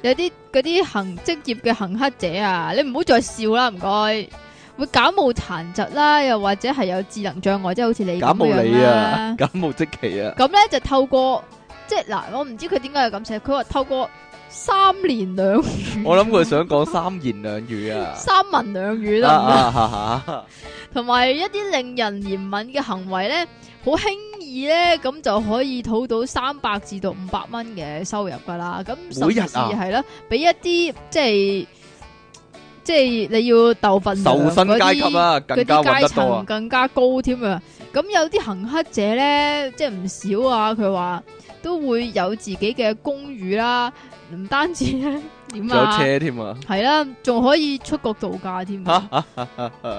有啲嗰啲行職業嘅行乞者啊，你唔好再笑啦，唔該。會感冒殘疾啦，又或者係有智能障礙，即係好似你咁
感冒
樣
你啊
啦，。
感冒即期啊，
咁咧就透過即係嗱，我唔知佢點解係咁寫，佢話透過三言兩
啊
語，
我諗佢想講三言兩 語啊。
三文兩語
啊
啦。唔該
啊哈哈
同埋一啲令人憐憫嘅行為咧，好輕易咧，咁就可以討到三百至到五百蚊嘅收入噶啦。咁甚
每日
至
啊
係啦，俾一啲即係即係你要鬥份
受
糧
薪
嗰
階
啲
級啊，
嗰
更加揾
啲階
得多
層
啊。
更加高添啊！咁有啲行乞者咧，即係唔少啊。佢話都會有自己嘅公寓啦，唔單止咧
仲
點
有
啊，
車添啊！
係啦，仲可以出國度假添啊。
啊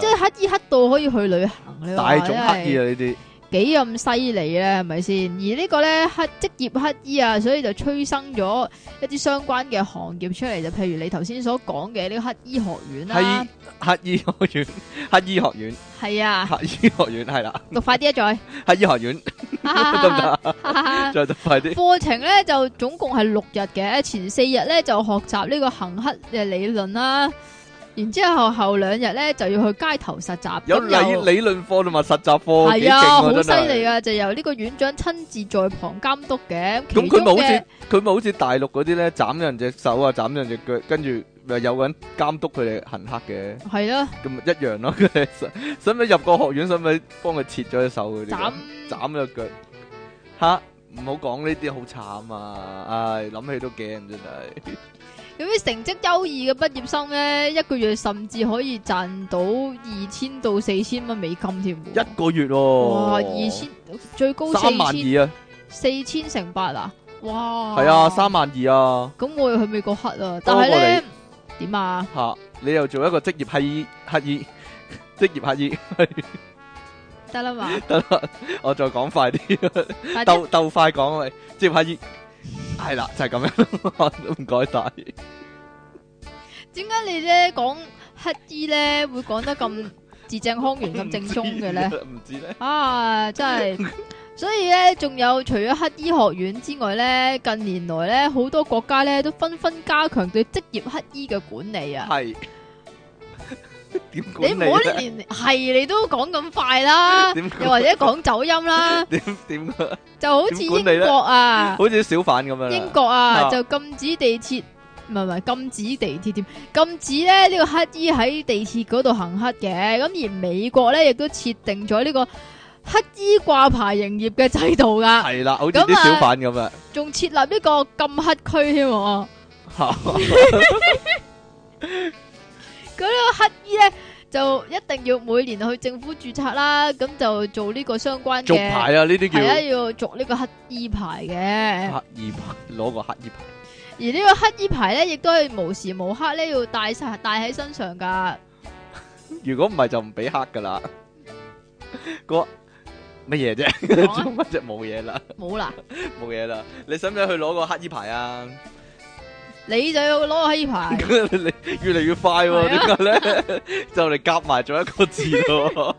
即係乞衣乞到可以去旅行，你
大
話
眾乞衣啊，呢啲
真係幾咁犀利咧，係咪先？而呢個咧乞職業乞衣啊，所以就催生咗一啲相關嘅行業出嚟，就譬如你頭先所講嘅呢個乞衣學院啦，
係乞衣學院、 乞衣學院、
係啊，
乞衣學院 係啦，
讀快啲啊，
乞衣學院 得唔得？
再
再讀快 啲。
課程咧就總共係六日嘅，前四日咧就學習呢個行乞嘅理論啦，然之後後兩日咧就要去街頭實習，
有
咁又
理理論課同埋實習課，哦幾
係啊，好
勁
犀利
啊！
啊！就由呢個院長親自在旁監督嘅，
真係。咁
其
佢
中
咪好
嘅
似佢咪好似大陸嗰啲咧，斬咗人隻手啊，斬咗人隻腳，跟住咪有個人監督佢哋 行黑嘅，
係啦，
咁咪一樣咯。佢哋使使唔使入個學院？使唔使幫佢切咗隻手嗰啲
斬
㗎？斬咗腳吓，唔好講呢啲好慘啊！唉，諗起都驚真係。
有啲成績優異嘅畢業生咧，一個月甚至可以賺到二千到四千蚊美金添喎。
一個月喎，
哇，二千最高四
三萬
千
二啊，
四千乘八啊！哇，
係啊，三萬二啊
咁我要去美國黑啊！但係咧點啊？
吓，你又做一個職業乞衣乞衣職業乞衣。
得啦嘛，
我再講快啲，
但係
鬥鬥快講喂，接下熱係啦，就係、 咁樣，唔該晒。
點解你咧講乞衣咧會講得咁字正腔圓、咁正宗嘅咧？
唔知咧，
啊，真係。所以咧，仲有除咗乞衣學院之外咧，近年來咧，好多國家咧都紛紛加強對職業乞衣嘅管理啊。
係點管
你
理
唔好
咧？
連係你都講咁快啦，
點管
又或者講走音啦，
點點
就好似
點管
英
理呢
國啊，
好似小販咁樣啦
英國
啊
啊就禁止地鐵，唔係唔係禁止地鐵添，禁止咧呢個乞衣喺地鐵嗰度行乞嘅。咁而美國咧亦都設定咗呢個乞衣掛牌營業嘅制度噶。
係啦，好似
咁
啲
啊
小販咁啊
仲設立呢個禁乞區添喎，
嚇，
就一定要每年去政府註冊啦，咁就做呢個相關
續
嘅。
牌啊，呢啲
係啊，
叫
要續呢個乞衣牌嘅。
黑衣牌，攞個黑衣牌。
而呢個乞衣牌咧，亦都係無時無刻咧要戴晒戴喺身上噶。
如果唔係就唔俾黑噶啦。 個乜嘢啫？
講啊
做乜啫？冇嘢 啦，
冇啦，
冇嘢啦。你使唔使去攞個黑衣牌啊？。
你就要攞個乞衣牌
你越嚟越快喎，
係啊
點解咧？ 就嚟夾埋咗一個字 咯。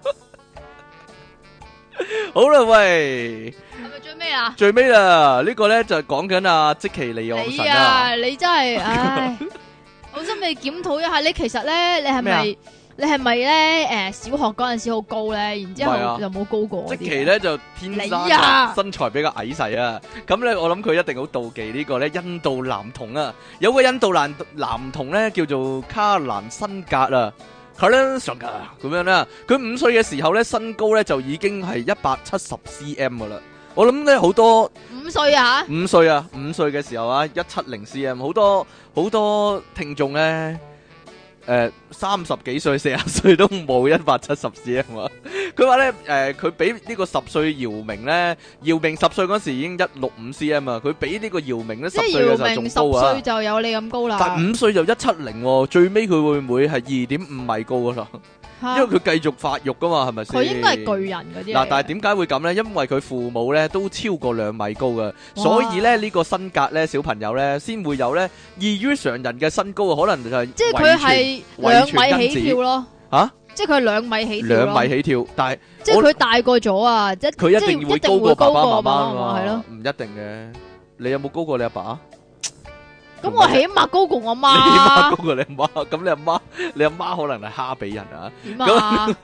好啦，喂，
係咪最尾啊？
最尾啦，呢個咧就講緊阿即其利昂
你
神啊。
啊，你 真係，唉，好心你檢討一下，你其實咧，你係咪
咩
你係咪咧？誒，小學嗰陣時好高咧，然之後
唔係啊
就冇高過嗰
即
啲。
其咧就天生
你啊
身材比較矮細啊，咁咧我諗佢一定好妒忌呢個咧印度男童啊，有個印度男男童咧叫做卡蘭辛格啊。卡蘭辛格咁樣啦，佢五歲嘅時候咧，身高咧就已經係一百七十 cm 噶啦。我諗咧好多
五歲啊，
五歲啊，五歲嘅時候啊，一七零 cm，好多好多聽眾咧，誒三十幾歲、四十歲都冇一百七十 cm 啊！佢話咧，誒、佢比呢個十歲姚明咧，姚明十歲嗰時已經一六五 cm 啊，佢比呢個姚明咧十
即係
歲
姚
嘅時
明
候
十
仲高啊
歲！就有你咁高啦。
但五歲就一七零喎，最尾佢會唔會係二點五米高啊？因
嚇
為佢繼續發育噶嘛，係咪先？
佢應該係巨人嗰啲嚟嘅。
嗱，但係點解會咁呢？因為佢父母咧都超過兩米高嘅，所以咧呢個身格咧小朋友咧先會有咧異於常人嘅身高啊，可能就係
即係佢係兩米起跳咯。
嚇
即係佢係兩米起
遺傳
跳
兩
咯。
米起跳，但係
即係佢大個咗啊！即
佢一定
會
會高過爸爸媽媽噶
媽媽係咯
嘛，。唔一定嘅。你有冇高過你阿爸？
咁我起碼高過 我
你阿媽
媽
高過你阿媽， 咁你阿媽你阿媽可能係蝦比人啊。
點啊？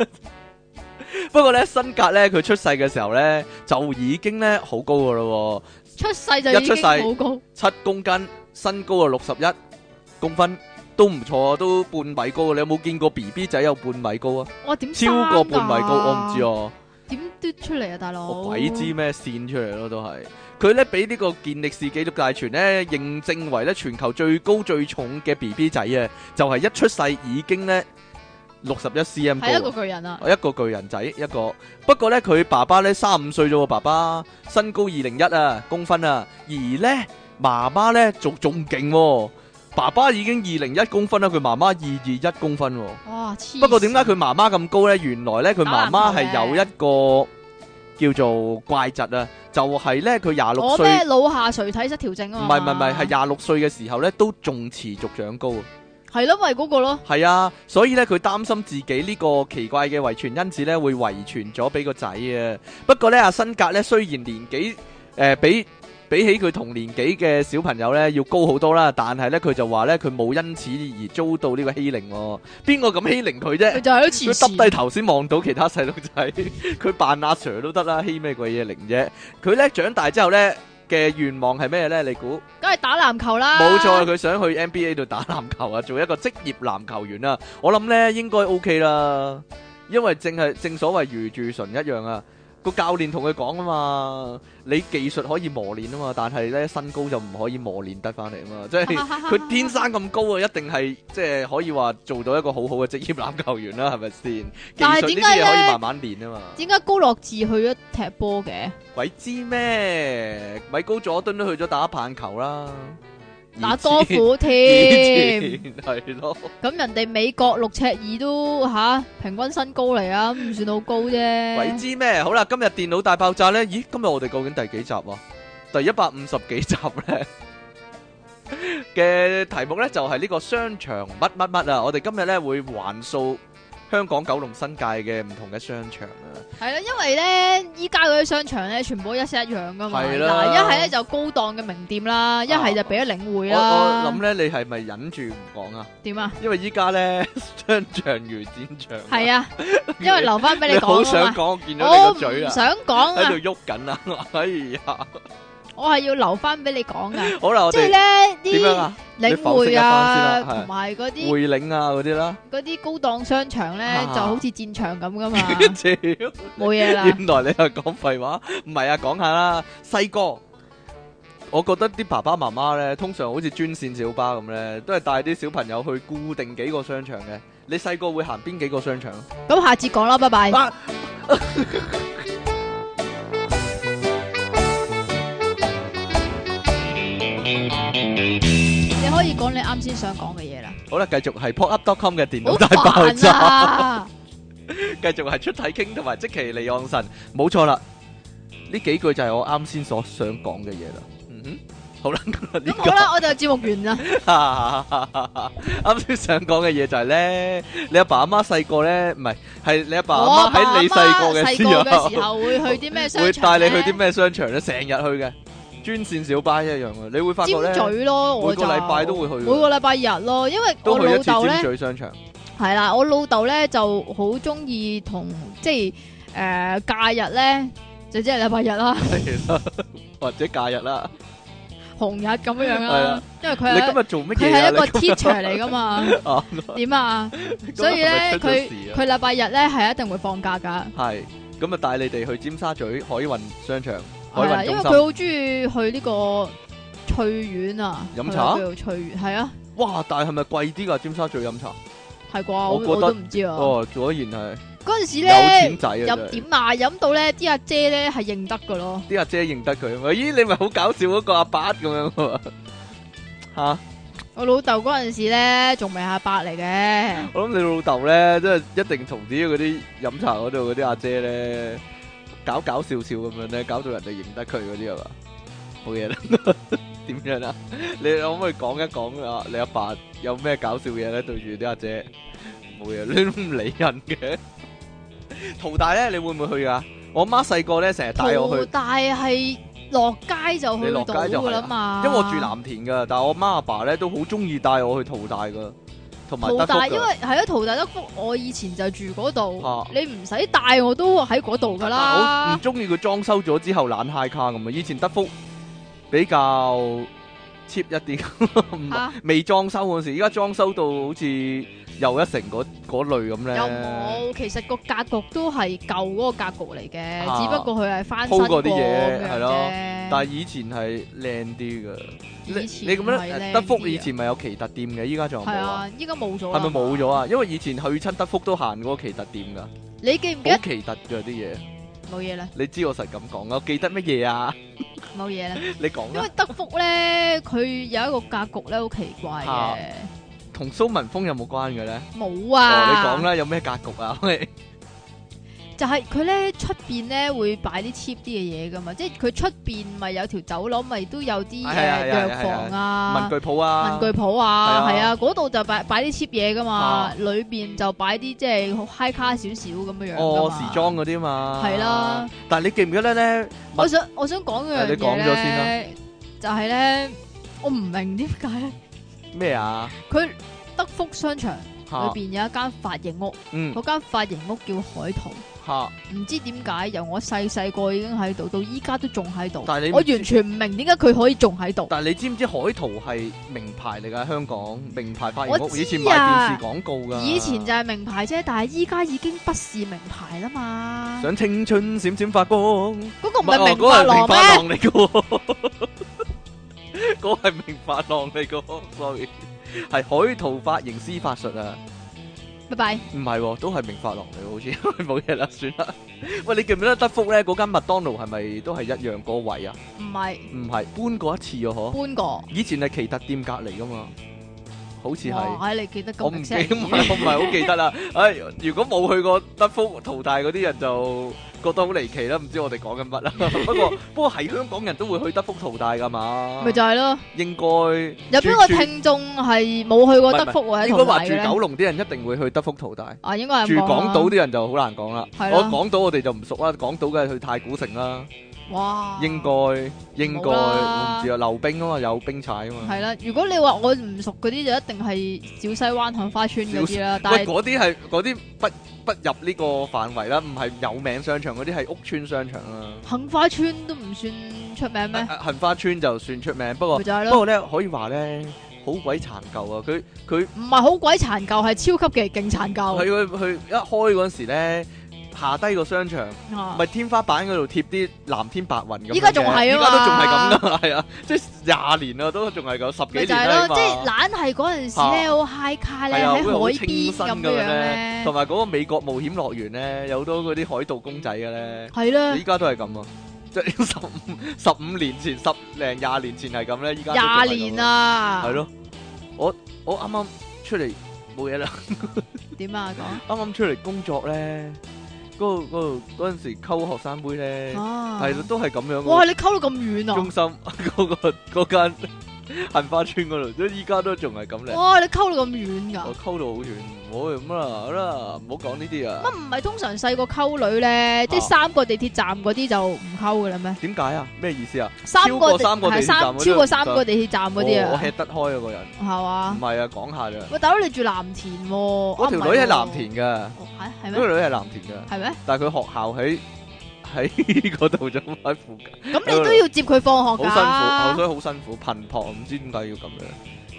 不過咧，身格咧佢出世嘅時候咧就已經咧好高噶咯喎。
出世就已經好高，
七公斤，身高啊六十一公分，都唔錯啊，都半米高啊！你有冇見過 B B 仔有半米高啊？
我點
超過半米高，我唔知
啊。
哦、
點嘟出嚟啊，大佬？
我鬼知咩線出嚟咯，都係佢咧俾呢個健力士紀錄大全咧認證為咧全球最高最重嘅 B B 仔啊，就係、一出世已經咧六十一 C M 高
係一個
啊。
巨人啊！
一個巨人仔，一個不過呢，佢爸爸呢，三五歲啫喎，爸爸身高二零一啊公分啊，而呢，媽媽呢，仲仲勁喎，爸爸已經二零一公分啦，佢媽媽二二一公分喎。
哇，黐。
不過點解佢媽媽咁高呢？原來呢，佢
啊
媽媽係有一個叫做怪疾啊，就係、呢，佢廿六
我
歲，
咩腦下垂體失調症
唔
啊嘛？
係唔係唔係，係廿六歲嘅時候呢，都仲持續長高啊。
係咯，咪嗰個咯。
係啊，所以咧佢擔心自己呢個奇怪嘅遺傳因子咧會遺傳咗俾個仔啊。不過咧阿辛格咧雖然年紀誒、呃比比起佢同年紀嘅小朋友咧要高好多啦，但係咧佢就話咧佢冇因此而遭到呢個欺凌、喎。邊個咁欺凌佢啫
佢？就係好
佢
黐
耷低
線。
頭先望到其他細路仔， 佢扮阿 Sir 都得啦，欺咩鬼嘢凌啫？佢咧長大之後咧嘅願望係咩咧？你估？
梗係打籃球啦。
冇錯，佢想去 NBA 度打籃球啊，做一個職業籃球員啊。我諗呢應該 OK 啦，因為正係正所謂如住唇一樣啊。個教練同佢講啊嘛，你技術可以磨練啊嘛，但係呢身高就唔可以磨練得翻嚟啊嘛，即係 佢天生咁高啊，一定係即係可以話做到一個好好嘅職業籃球員啦，係咪先？技
但係
術呢
點
啲
解
嘢可以
呢
慢慢練啊嘛。
點解高樂智去咗踢波嘅？
鬼知咩？米高佐敦都去咗打棒球啦，
打多
苦
苦 添。
係咯。
咁人哋美國六尺二都吓、平均身高嚟啊，唔算好高
鬼
啫。
知咩？好啦，今日電腦大爆炸呢？咦，今日我哋究竟第幾集啊？第一百五十幾集 呢嘅題目呢，就係呢個商場乜乜乜啊！我哋今日呢會橫掃香港九龍新界嘅唔同嘅商場啊！
係啦，因為咧依家嗰啲商場咧，全部一式一樣噶嘛。
係
嗱，
啦
一係咧就高檔嘅名店啦，一係就俾咗領
我
匯啦。
我諗呢，你係咪忍住唔講啊？
點啊？
因為依家呢，商場如戰場啊，
係啊，因為留翻俾
你好
講
想
啊嘛。
講，我見到
我
你個嘴
唔
啊，
想講
喺
啊
度，喐 緊啊！哎呀，
我係要留翻俾你講噶。
好啦，我
即係
哋
咧
點樣
啲
啊？
領
你剖析一
匯
番
啊，
先啦係
同埋嗰啲
匯領啊嗰啲 啦，
嗰啲高檔商場咧，
啊
就好似戰場咁噶嘛，
屌
冇嘢啦。
原來你係講廢話，唔係啊，講下啦，細個我覺得啲爸爸媽媽咧，通常好似專線小巴咁咧，都係帶啲小朋友去固定幾個商場嘅。你細個會行邊幾個商場？
咁下次講啦，拜拜。
啊
你可以講你啱先想講嘅嘢啦。
好啦，繼續係 popup.com 嘅電
好
腦大爆
煩
炸。
啊！
繼續係出體傾同埋即其利昂神，冇錯啦。呢幾句就係我啱先所想講嘅嘢啦。嗯哼，好啦，呢
咁好啦，我就節目完啦。
個啱先想講嘅嘢就係咧，你阿爸阿媽細個咧，唔係係你阿 爸
我
阿媽喺你細個嘅
時
時
候，
候
細個嘅時候會去啲咩 商
會
場
帶
咧？
你去啲咩商場咧？成日去嘅專線小巴一樣嘅，你會發覺咧
尖，咀咯，我
每
就
個禮拜都會去嘅
每個禮拜日咯，因為我
都去
老
一次
豆咧
尖。咀商場。
系啦，我老豆咧就好中意同即系诶、呃假日咧，就即系礼拜日啦、
係啦或者假日啦，
紅日咁樣樣
係
啦
啊，
因為
你
佢
今
係
日做乜
佢
嘢啊
係一個
你今日
teacher 嚟噶 嘛，
啊
點啊？
今日
所以咧
係咪，出咗
佢
事啊
佢禮拜日咧係一定會放假噶，
系，咁啊帶你哋去尖沙咀海運商場、海
係啦，
運
因
中
為
心。
佢好中意去呢個翠苑啊，
飲茶
係咪叫做翠苑，係啊，
哇！但係咪貴啲㗎？尖沙咀飲茶？
係啩？
我
我
覺
我
得
都唔知啊。
哦，果然係
嗰陣時
有
咧
錢仔啊！
飲
真係
點啊，飲到咧啲阿姐咧係認得噶 咯，
啲阿姐認得佢，喂咦你咪好搞笑嗰個阿伯咁樣喎吓！
我老豆嗰陣時咧仲未係阿伯嚟嘅。
我諗你老豆咧，真係一定同啲嗰啲飲茶嗰度嗰啲阿姐咧，搞搞笑笑咁樣咧，搞到人哋認得佢嗰啲係嘛？冇嘢啦，點樣啊？你可唔可以講一講啊？你阿爸有咩搞笑嘢咧？對住啲阿姐，冇嘢，你都唔理人嘅。淘大咧，你會唔會去噶？我媽細個咧，成日帶我去，
但係落街就
你
去
落街就
到
係
噶
啦
啦嘛。
因為我住藍田噶，但係我媽阿爸咧都好中意帶我去淘大噶，同埋德
淘
福
大，因
㗎
為係啊，淘大德福，我以前就住嗰度，
啊
你唔使帶我都喺嗰度噶
但我唔
啦。
中意佢裝修咗之後懶嗨卡咁啊！以前德福比較 cheap 一啲， 唔
嚇
未裝修嗰時，而家裝修到好似又一城嗰嗰類咁
又
咧，
冇，其實個格局都係舊嗰個格局嚟嘅，
啊
只不過佢係翻新
鋪過
過
啲嘢係
係
咯但
咯。
係以前係靚啲嘅。你
以前
你咁
係
咧，
靚
德福
啲啊
以前咪有奇特店嘅，依家仲有
係
冇啊？
啊，依家冇咗啦。
係咪冇咗啊？因為以前去親德福都行嗰個奇特店㗎，
你記唔記
好
得？
奇特㗎啲嘢。
冇嘢啦，
你知我實咁講啊？我記得乜嘢啊？
冇嘢啦。
你講
嗯因
啦
為。德福咧，佢有一個格局咧，好奇怪
啊
嘅。
同蘇文峰有冇關嘅咧？
冇
哦，
啊！
你講啦，有咩格局啊？
就係佢咧出邊咧會擺啲 cheap 啲嘅嘢噶嘛，即係佢出邊咪有條走廊，咪都有啲
係啊
誒
係啊
藥房啊、
文具鋪啊，
文具鋪
係
啊，
啊
係啊，嗰度就擺擺啲 cheap 嘢噶嘛
啊，
裏邊就擺啲即係好 high 卡少少咁樣樣㗎
哦，
嘛。
時裝嗰啲嘛。
啊係啦。
但係你記唔記得咧，
我想我想講一樣
誒你講
嘢
咗先
咧，就係咧，我唔明點解咧，
咩啊？嚇，
佢德福商場
啊
裏邊有一間髮型屋，
嗯
嗰間髮型屋叫海淘。 唔知點解由我細細個已經喺度，到依家都仲喺度。
但係你唔
我
知
完全唔明點解佢可以仲喺度。
嗯。但係你知唔知海淘係名牌嚟㗎？香港名牌髮型屋，
我知啊。
以前賣電視廣告㗎。
以前就係名牌啫，但係依家已經不是名牌啦嘛。
想青春閃閃發光。
嗰個唔
唔係，哦，
係名牌郎咩？
嗰個係明髮廊嚟㗎喎。嗰個係明髮廊嚟㗎喎，sorry。係海淘髮型師法術啊。
拜拜。
唔係喎，都係明發廊嚟 喎，好似冇嘢啦，算啦。喂，你記唔記得德福咧嗰間麥當勞係咪都係一樣個位啊？
唔係
唔係搬過一次啊，嗬？
搬過。
以前係奇特店隔離噶嘛，好似係。
哇！唉你記得
我
咁
唔
e
記
x
得，我唔係好記得 啦。唉，如果冇去過德福淘大嗰啲人就覺得好離奇啦，唔知我哋講緊乜 啦。不過不過係香港人都會去德福淘大噶嘛，
咪就係咯。
應該
有邊個
住住
聽眾係冇去過德福或者
應
同
該
大
話
嘅
住九
咧？
龍啲人一定會去德福淘大。
啊，應該係咁
住
講啦
港島啲人就好難講啦。
係啦
我港島我哋就唔熟啦，港島梗係去太古城啦，
哇，
應該應該
啊冇啦
我唔知啊，溜冰啊嘛，有冰踩啊嘛。
係啦。如果你話我唔熟嗰啲，就一定係小西灣杏花村嗰啲啦。但
喂，
係
嗰啲係嗰啲不不入呢個範圍啦，唔係有名商場嗰啲係屋村商場啦。
杏花村都唔算出名咩？
啊啊杏花村就算出名，不過
咪就係
不
咯，
過咧可以話咧好鬼殘舊啊！佢佢
唔係好鬼殘舊，係超級嘅勁殘
佢
舊。
佢佢一開嗰陣時咧。下低個商場，
啊
咪天花板嗰度貼啲藍天白雲咁樣嘅。
依家仲係啊
依家都仲係
嘛
咁噶，係啊， 即係廿年啦，都仲係咁，十
咪
幾
就
年
係
啦
咯，即係
起碼
懶係嗰陣時咧，好 high 卡咧，
係
喺
啊，
海
會好清
邊
新
咁
咁
樣
樣咧，
咧
同，埋嗰個美國冒險樂園咧，有好多嗰啲海盜公仔嘅咧。
係啦
依，家都係咁啊！即係十五十五年前、十零廿年前係咁咧，依家都仲係咁啊
廿年，啦，
係，咯。我我啱啱出嚟冇嘢 啦，
點啊講
啱啱出嚟工作咧，嗰度嗰度嗰陣時溝學生妹咧，
啊，
係咯，都係咁樣
哇！
嘅。
你溝到咁遠
中
啊！
心嗰個 嗰間杏花村嗰度，都依家都仲係咁咧。
哇！你溝到咁遠㗎
我？溝到好遠，唔好咁啦，好啦，唔好講呢啲啊。
乜唔係通常細個溝女咧，即係
啊
三個地鐵站嗰啲就唔溝㗎啦咩？
點解啊？咩意思啊？
三
超
個
過
地
三個地
係
鐵站
三
嗰啲
超過
就
三個地鐵站嗰啲
我我
啊
吃，得開啊個人，
係嘛
唔？係啊，講下咋。
喂，大佬你住藍田喎，
嗰
嗰
條女喺藍田嗯㗎。
係係
嗰個
咩？
女係藍田嘅，
係咩？
但係佢學校喺 喺嗰度啫嘛，喺附近，
咁你都要接佢放
嗯好
學
辛
㗎，
苦，好所以好辛苦，頻撲，唔知點解要咁樣。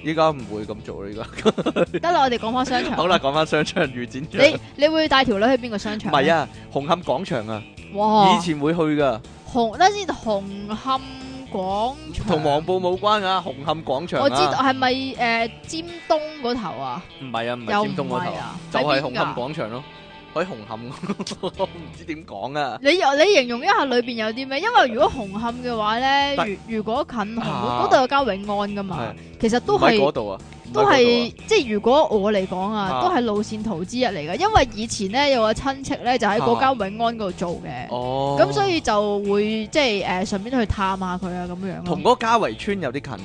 依家唔會咁做啦，依 家。
得啦，我哋講翻商場。
好啦，講翻商場預展場，
你你會帶條女去邊個商
唔
場？
係，啊，紅磡廣場啊，
哇！
以前會去
啊
噶，
紅，等先紅磡廣場啊
同黃埔冇關啊，紅磡廣場
我知道
啊，
係咪誒尖東嗰頭啊？
唔係啊，唔
又
係尖
唔
東嗰
係
頭，
啊？
就係
係
紅磡
紅磡廣。
廣場咯，喺紅磡， 我唔知點講啊。
你又你形容一下裏邊有啲咩？因為如果紅磡嘅話咧，
但
如如果近紅
啊
嗰度有間永安噶嘛
係，
其實都
唔喺嗰
係
度啊，唔喺
都
嗰
係即係如果我嚟講
啊
啊，都係路線圖之一嚟噶。因為以前咧有個親戚咧就喺嗰間永安嗰度做嘅
度啊，啊哦，
咁所以就會即係誒順便去探下佢啊咁樣咯
同。嗰個嘉圍村有啲近嘅，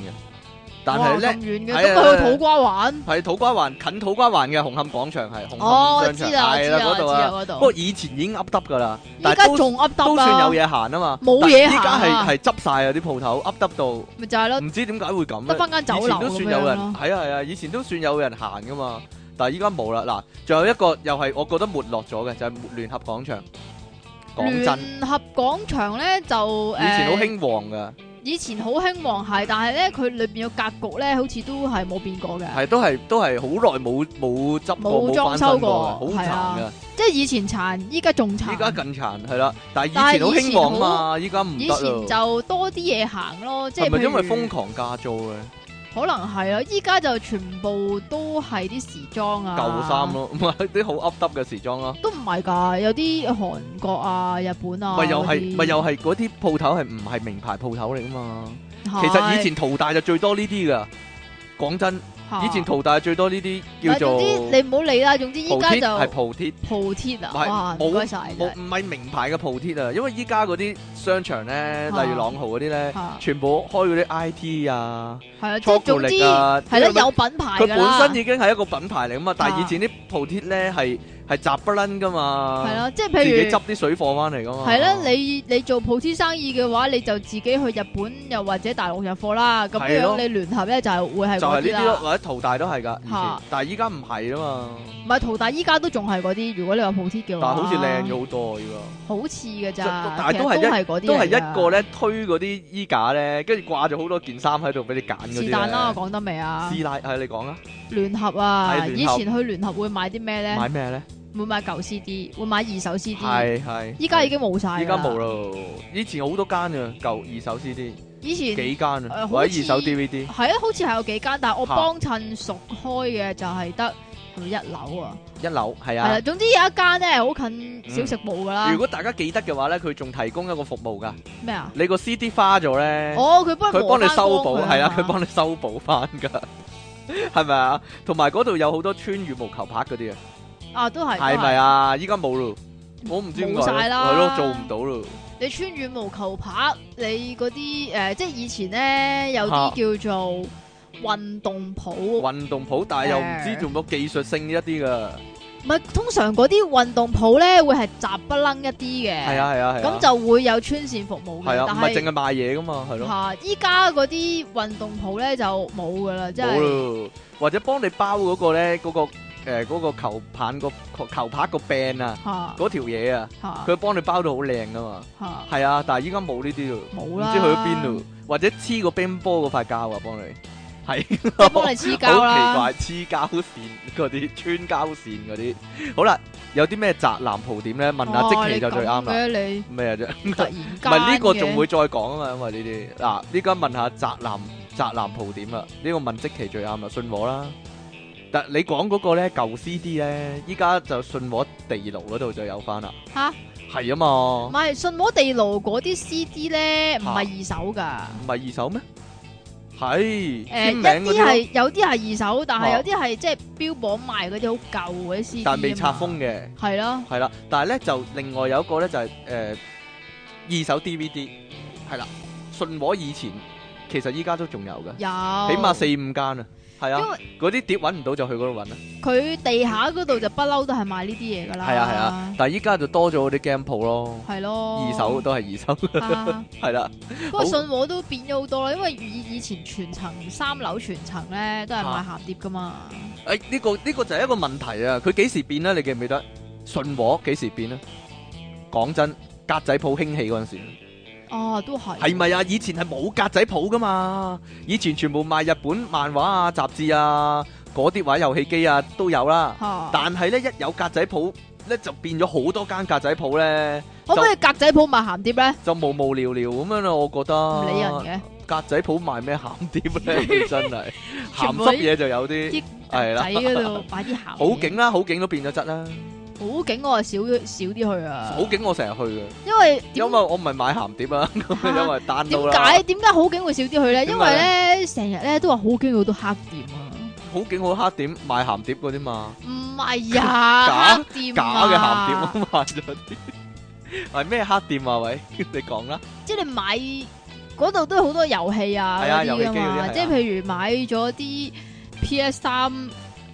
但
哇
係咧
咁。遠嘅，
係啊
咁佢去土瓜灣。
係土瓜灣近土瓜灣嘅紅磡廣場係紅
哦，我
磡
知
商
啦，
場
我
係
知
啦
啦，我
嗰
知
度啊。
啦，嗰
不
度
過。以前已經噏得㗎啦，
依
但
哦家
係都
仲噏得
都算有
啦，
嘢行啊嘛。
冇嘢行
但係依
啊
家係係執晒啊啲鋪頭，噏得到唔
咪就係咯，
知點解會咁咧。
得翻間
以
酒
前
樓
都
咁
算有
樣
人
咯。
係啊係啊，以前都算有人行㗎嘛，但係依家冇啦。嗱，仲有一個又係我覺得沒落咗嘅就係聯合廣場。講真，以
聯合廣場咧就誒，
前好，興旺㗎，
以前好興旺係，但係咧佢裏邊嘅格局咧好似都係冇變過嘅，
係都係都係好耐冇冇執過
冇
冇翻
裝
新
修
過
過
嘅，
係
好
啊
殘㗎。
即係以前殘，依家仲殘。
依家近殘係啦，但係
但係
以前好
以前
興旺嘛，依家唔
以
得
前
啦。
就多啲嘢行咯，即係
係咪
譬
因為
如
瘋狂加租咧？
可能係咯，依家就全部都係啲時裝啊，
舊衫，咯，唔係啲好噏耷嘅時裝咯。
都唔係㗎，有啲韓國啊、日本啊，
咪又係
嗰啲
咪又係嗰啲鋪頭係唔係名牌鋪頭嚟噶嘛？其
係
實以前淘大就最多呢啲噶。講真，以前
嚇
淘大最多呢啲叫
但係
做
總哦之你唔好理啦，總之依
鋪
家
貼，
就
係鋪貼，
鋪貼啊，
唔係
哇
冇
唔該晒真
冇
係
唔係名牌嘅鋪貼啊。因為依家嗰啲商場咧，
啊
例如朗豪嗰啲咧，
嚇
全部開嗰啲 I T 啊，
係啊，即
朱
係
古
總之
力啊，
係啦，有品牌
佢
㗎啦，
本身已經係一個品牌嚟噶嘛，但係
啊
以前啲鋪鐵咧係係雜不撚噶嘛，
係啦，即係
自己
譬如
執啲水貨翻嚟噶嘛，
係啦，你你做鋪貼生意嘅話，你就自己去日本又或者大陸入貨啦，咁
係咯
樣你聯合咧就係會係
就
嗰
係呢
啲
啲咯，
啦，
或者淘大都係噶，以前
嚇，
但係依家唔係啊嘛，
唔係淘大依家都仲係嗰啲，如果你話鋪貼嘅
但係
話，
好似靚，咗好多依家，
啊好似
即
嘅咋，
但係
其實
都係一
係嗰啲嚟㗎，
都係一個咧推嗰啲衣架咧，跟住掛咗好多件衫喺度俾你揀嗰啲
是
咧
但啦，我講得未啊？
師奶係你講啊，
聯合啊，
係
以
聯合
前去聯合會買啲咩咧？
買咩咧？
會買舊 CD，會買二手 CD。
係係，
依家已經冇晒。
依家冇。咯，以前好多間啊，舊二手 CD
以前
幾間啊，
誒
或
好
者二手
似
DVD
係啊，好似係有幾間，但係我
嚇
幫襯熟開嘅就係得係咪一樓啊？
一樓係
係
啊嗯
啦，。總之有一間咧好近小食部噶啦
如。果大家記得嘅話咧，佢仲提供一個服務㗎，
咩啊？
你個 CD 花咗咧，
哦，佢 幫
佢幫你修補，係
係
啊，佢幫你修補翻㗎， 係咪啊？同埋嗰度有好多穿羽毛球拍嗰啲啊，
啊，都係
係咪？啊？依家冇咯，我唔知點解，
冇晒啦
係咯，做唔到咯，
都係你穿羽毛球拍，你嗰啲誒，即係以前咧有啲叫做運動鋪。
啊運動鋪，但係又唔知
誒
做唔到技術性一啲㗎，
唔係，通常嗰啲運動鋪咧會係雜不楞一啲嘅，
係啊係啊係
咁
啊，
就會有穿線服務
係
嘅。
啊，
但
唔係淨係賣嘢㗎嘛，係咯，
嚇！依家嗰啲運動鋪咧就冇噶啦，即
冇
係
咯，或者幫你包嗰個咧嗰個誒嗰個球棒個球球拍個 band 啊，
嚇
嗰條嘢啊，
嚇
佢幫你包到好靚㗎嘛。
嚇
係啊，但係依家冇呢啲咯，
冇
唔
啦，
知去咗邊度，或者黐個冰波嗰塊膠啊，幫你係
即係幫你黐膠啦。
好奇怪，黐膠線嗰啲， 穿膠線嗰啲。好啦，有啲咩宅男蒲點咧？問下
哇
即期就最啱啦。
哦你咁嘅
咩啫？
你突 然間
唔係呢個仲
嘅
會再講啊嘛，因為呢啲嗱，呢家問下宅男宅男蒲點啦，呢個問即期最啱啦，信和啦。但你講嗰個咧舊 CD 咧，依家就信和地牢嗰度就有翻啦，
吓，唔
係啊嘛，
係信和地牢嗰啲 CD 咧，唔係二手㗎。
唔係二手咩？係
誒
簽
一
名嗰
啲
啲咯，
係有啲係二手，但係
啊
有啲係即係標榜賣嗰啲好舊嗰啲 CD，
但未拆封嘅，
啊係啦，
係啦。但係咧就另外有一個咧就係誒二手 DVD 係啦，信和以前其實依家都仲有嘅，
有
起碼四五間啊，係啊
因。為
嗰啲碟揾唔到就去嗰度揾啦。
佢地下嗰度就不嬲都係賣呢啲嘢㗎啦，
係啊係啊，但係依家就多咗嗰啲 game 鋪咯，
係咯，
二手都係二手，
啊
係啦，
不過
好
信和都變咗好多啦，因為以以前全層三樓全層咧都係賣鹹碟噶嘛，
誒呢個呢個就係一個問題啊！佢幾時變咧？你記唔記得？信和幾時變咧？講真，格仔鋪興起嗰陣時，
哦都係，
係咪啊？以前係冇格仔鋪噶嘛，以前全部賣日本漫畫啊、雜誌啊、嗰啲玩遊戲機啊都有啦。
嚇？
但係咧，一有格仔鋪咧，就變咗好多間格仔鋪咧，
可唔可以格仔鋪賣鹹碟咧？
就無無聊聊咁樣咯。我覺
唔
得
理人
格仔鋪賣咩鹹碟 咧？真係
全
鹹
部啲
濕嘢就有啲，
嘅，啲
係
格
啦
仔嗰度 擺啲鹹嘢。
好景啦，好景都變咗質啦。
好景我係少少啲去啊
好，景我成日去嘅，
因
因
為
為
點
我唔係買鹹碟啦，咁因為單
點
到啦
解。點解好景會少啲去咧？
點解
因為咧成日咧都話好景有好多黑店啊，
好景好黑點賣鹹碟嗰啲嘛，
唔係啊，
假
黑店
假
啊
嘅鹹碟啊賣咗啲。係咩黑店啊？ 喂，你講啦，
即係你買嗰度都好多遊戲啊
係啊
嗰
遊戲
啲
機
噶
嗰啲係
嘛，
啊
即係譬如買咗啲 PS 三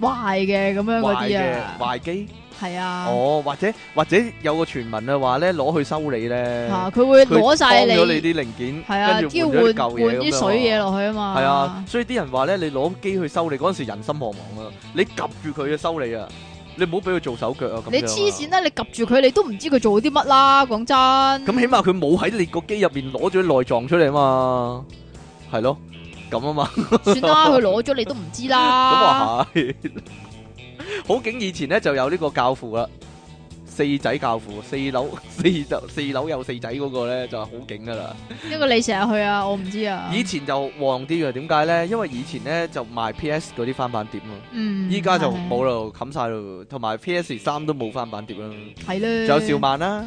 壞嘅咁樣嗰
壞
啲
嘅
啊，
壞機，
係啊，
哦，或者或者有個傳聞啊，話咧攞去修理咧，
嚇佢會
佢
攞晒
幫咗你
你，
啲零件，
係啊，
跟住
要
換咗啲
換
舊
換
嘢咁
啲
樣
水嘢
啊
落去啊嘛，
係啊，，所以啲人話咧，你攞機去修理嗰陣時人心惶惶啊！你及住佢去修理啊，你唔好俾佢做手腳啊！咁
你
樣啊
黐線！啦，你及住佢，你都唔知佢做啲乜啦，講真。
咁起碼佢冇喺你個機入面攞咗啲內臟出嚟啊嘛，係咯，咁啊嘛，
算啦，佢攞咗你都唔知
咁
啦。
啊係。好景以前咧就有呢個教父啦，四仔教父，四樓 四就四樓有四仔嗰個咧就係好景噶啦。
呢個你成日去啊，我唔知啊。
以前就旺啲嘅，點解咧？因為以前咧就賣 PS 嗰啲翻版碟啊嘛。
嗯，
依家就冇咯，冚晒咯，同埋 PS 三都冇翻版碟啦，
係咧。
仲有兆萬啦，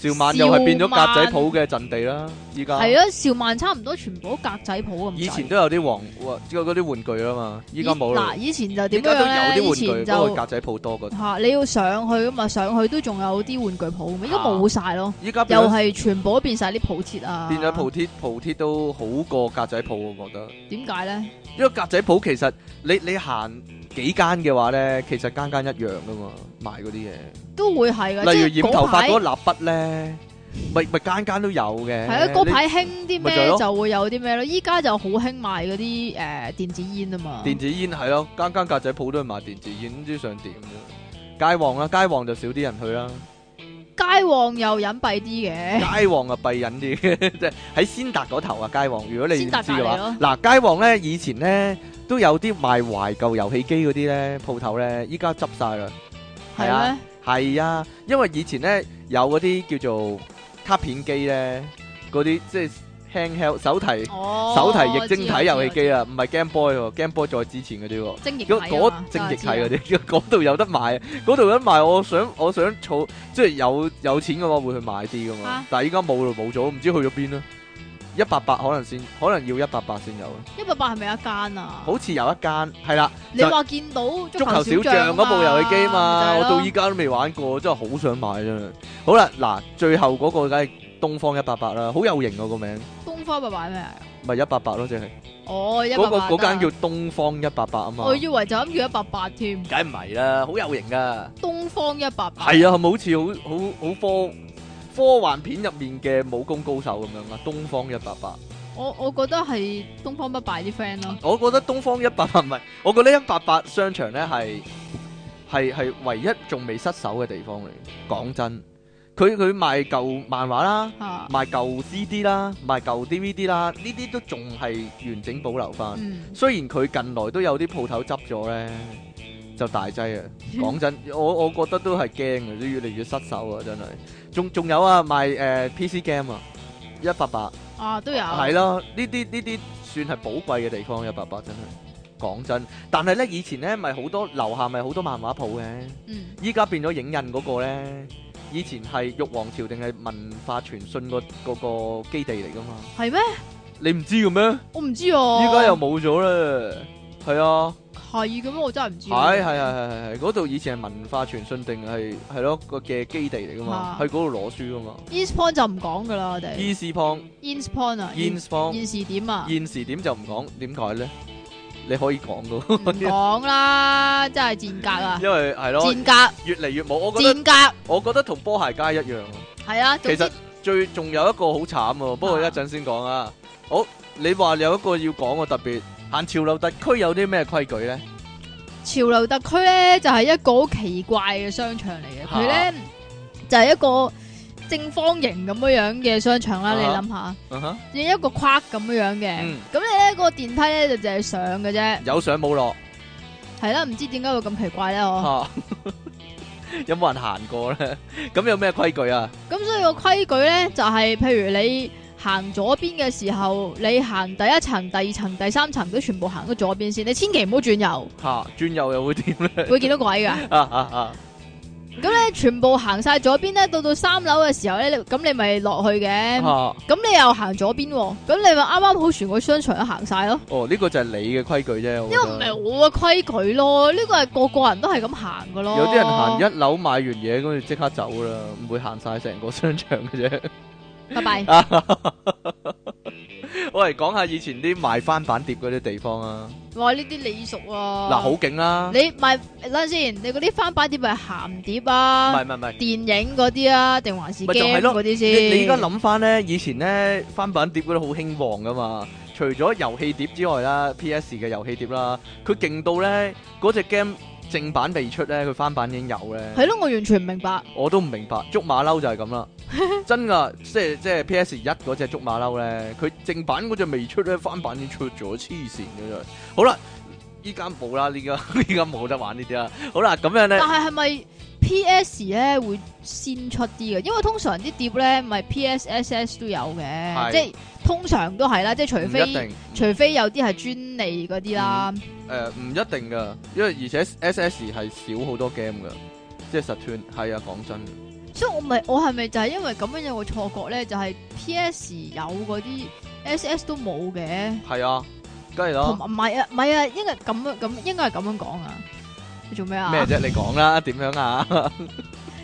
兆萬又係變咗格仔鋪嘅陣地啦，依家
係啊，兆萬差唔多全部都格仔鋪咁滯。
以前都有啲黃哇即係嗰啲玩具啊嘛，依家冇啦
嗱，，以前就
依
點
家都
樣咧？
有啲
以
玩
前
具，不過
就
格仔鋪多過，
嚇你要上去啊咁嘛，上去都仲有啲玩具鋪咁，依家冇晒咯。
依家變
又
咗
係全部都變晒啲鋪貼啊。
變咗鋪貼，鋪貼都好過格仔鋪，我覺得，
點解咧？
因為格仔鋪其實你你行幾間嘅話咧，其實間間一樣噶嘛，賣嗰啲嘢。
都會係嘅，
例
即
如染
係
頭
嗰
髮
排
嗰個蠟筆咧，咪咪間間都有嘅。
係啊，嗰
你
排興啲
咪就係咯
咩就會有啲咩咯。依家就好興賣嗰啲誒電子煙啊嘛。
電子煙係咯，間間格仔鋪都係賣電子煙，唔知想點啫。街旺啦，街旺就少啲人去啦，
街旺又隱蔽啲 嘅，
街旺啊閉隱啲 嘅，即係喺先達嗰頭啊街旺。如果你唔
先
知
達
嘅
隔離
話，嗱街旺咧以前咧都有啲賣懷舊遊戲機嗰啲咧鋪頭咧，依家執晒啦。係
係
啊
咩？
係啊，因為以前咧有嗰啲叫做卡片機咧，嗰啲即係 handheld 手提
哦，
手提液晶體遊戲
我知，
機啊，唔係 Game Boy 喎，Game Boy 再之前嗰啲喎。
我知精啊液體
嗰嗰正
正
極係嗰啲， 嗰度有得賣，嗰度有得賣。我想我想儲，即係有有錢嘅話會去買啲噶嘛
啊。
但係依家冇咯，冇咗，唔知去咗邊啦。一百八可能先，可能要一百八先有。啊
啊一百八係咪有一間啊？
好似有一間係啦，
你話見到足
足球小
將啊
將嗰部遊戲機嘛，我到依
依
家都未玩過，真係好想買啊真係。好啦，嗱，最後嗰個梗係東方一百八啦，好有型啊個名，
東方一百八係咩啊？
咪一百八咯，即係
哦，一百
嗰個
八
嗰間
得，
叫東方一百八啊嘛。
我以為就咁叫一百八添，
梗唔係啦，好有型啊噶。
東方一百八
係啊，係咪好似好好好科科幻片入面嘅武功高手咁樣啊？東方一百八，
我我覺得係東方不敗啲 friend 咯，
我覺得東方一百八唔係，我覺得一百八商場咧係係係唯一仲未失手嘅地方嚟。講真，佢佢賣舊漫畫啦，
吓，
賣舊 CD 啦，賣舊 DVD 啦，呢啲都仲係完整保留翻。
嗯，
雖然佢近來都有啲鋪頭執咗咧，就大劑 啊！講真，我我覺得都係驚嘅，都越嚟越失手啊！真係，仲仲有啊，賣誒、呃 PC game 啊，一百八
啊都有，
係咯，呢啲呢啲算係寶貴嘅地方，一百八真係講真。但係咧，以前咧咪好多樓下咪好多漫畫鋪嘅，
嗯，
依家變咗影印嗰個咧，以前係玉皇朝定係文化傳信個嗰個基地嚟噶嘛？
係咩？
你唔知嘅咩？
我唔知喎，
依家又冇咗啦，係啊。
係咁，我真係唔知喎，
係係係係係，嗰度以前係文化傳信定係係咯個嘅基地嚟噶嘛
啊，
喺嗰度攞書噶嘛。
East Point 就唔講噶啦，我哋
e s p o n
East Point 啊
e n s p o n
現時點啊？
現時點就唔講，點解咧？你可以講
唔
噶，
講啦，真係賤格 啊！
因為係咯，
賤格，
越嚟越冇。我覺得
賤格，
我覺得同波鞋街一樣。
係啊，
其
總
實
之
最仲有一個好慘喎，不過一
啊
陣先講啊。好，你話有一個要講我特別行潮流特區有啲咩規矩咧？
潮流特區咧就係、一個好奇怪嘅商場嚟嘅，
啊
佢咧就係、一個正方形咁樣樣嘅商場啦。
啊
你諗下，
嗯哼，
有一個框咁樣樣嘅，
嗯
咁你咧嗰個電梯咧就淨係上嘅啫，
有上冇落
係啦，唔知點解會咁奇怪咧我。
嚇， 有冇人行過咧？咁有咩規矩啊？
咁所以個規矩咧就係、譬如你行左邊嘅時候，你行第一層、第二層、第三層都全部行咗左邊先，你千祈唔好 轉右，
吓，轉右又會點 咧？
會見到鬼噶。
啊啊啊！
咁咧全部行晒左邊咧，到到三樓嘅時候咧，你咁你咪落去嘅。
吓，
咁你又行左邊喎，咁你咪啱啱好全個商場都行晒咯。
哦，呢個就係你嘅規矩啫。我
呢
覺
個唔
得
係我嘅規矩咯，呢個係個個人都係咁行噶咯。
有啲人行一樓買完嘢，跟住即刻走啦，唔會行晒成個商場嘅 啫。
一，拜拜。
喂，講下以前啲賣翻版碟嗰啲地方啊，
哇，呢啲你熟啊。
嗱，好，勁啦，唔
你咪等陣先，你嗰啲翻版碟咪鹹碟啊
係、唔係唔係，
電影嗰啲啊，定還是
咪就係
game
咯
嗰啲
你
先？
你而家諗翻咧，以前咧翻版碟嗰啲好興旺噶嘛，除咗遊戲碟之外啦，PS 嘅遊戲碟啦，佢勁到咧嗰只 game 正版未出咧，佢翻版已經有咧。
係咯，我完全唔明白。
我都唔明白，捉馬騮就係 咁啦，真噶，即係即係 P.S. 一嗰只捉馬騮咧，佢正版嗰只未出咧，翻版已經出咗，黐線嘅真係。好啦，依家冇啦，依家 依家冇得玩呢啲啦。好啦，咁樣咧
但，係係咪 P.S. 咧會先出啲嘅？因為通常啲碟咧咪 P.S.S.S 都有
係
嘅，即係通常都係啦，即係
唔
除
一
非
定，嗯
除非有啲係專利嗰啲啦。
誒唔一定噶，因為而且 S.S. E 係少好多 game 噶，即係實斷係啊，講真，
所以我咪我係咪就係因為咁樣有個錯覺咧，就係 P.S. 有嗰啲 S.S 都冇嘅，
係啊，梗係
同
啦，
埋唔係啊，唔係啊，應該咁樣咁應該係咁樣講啊。你做咩啊？
咩啫？你講啦，點樣啊？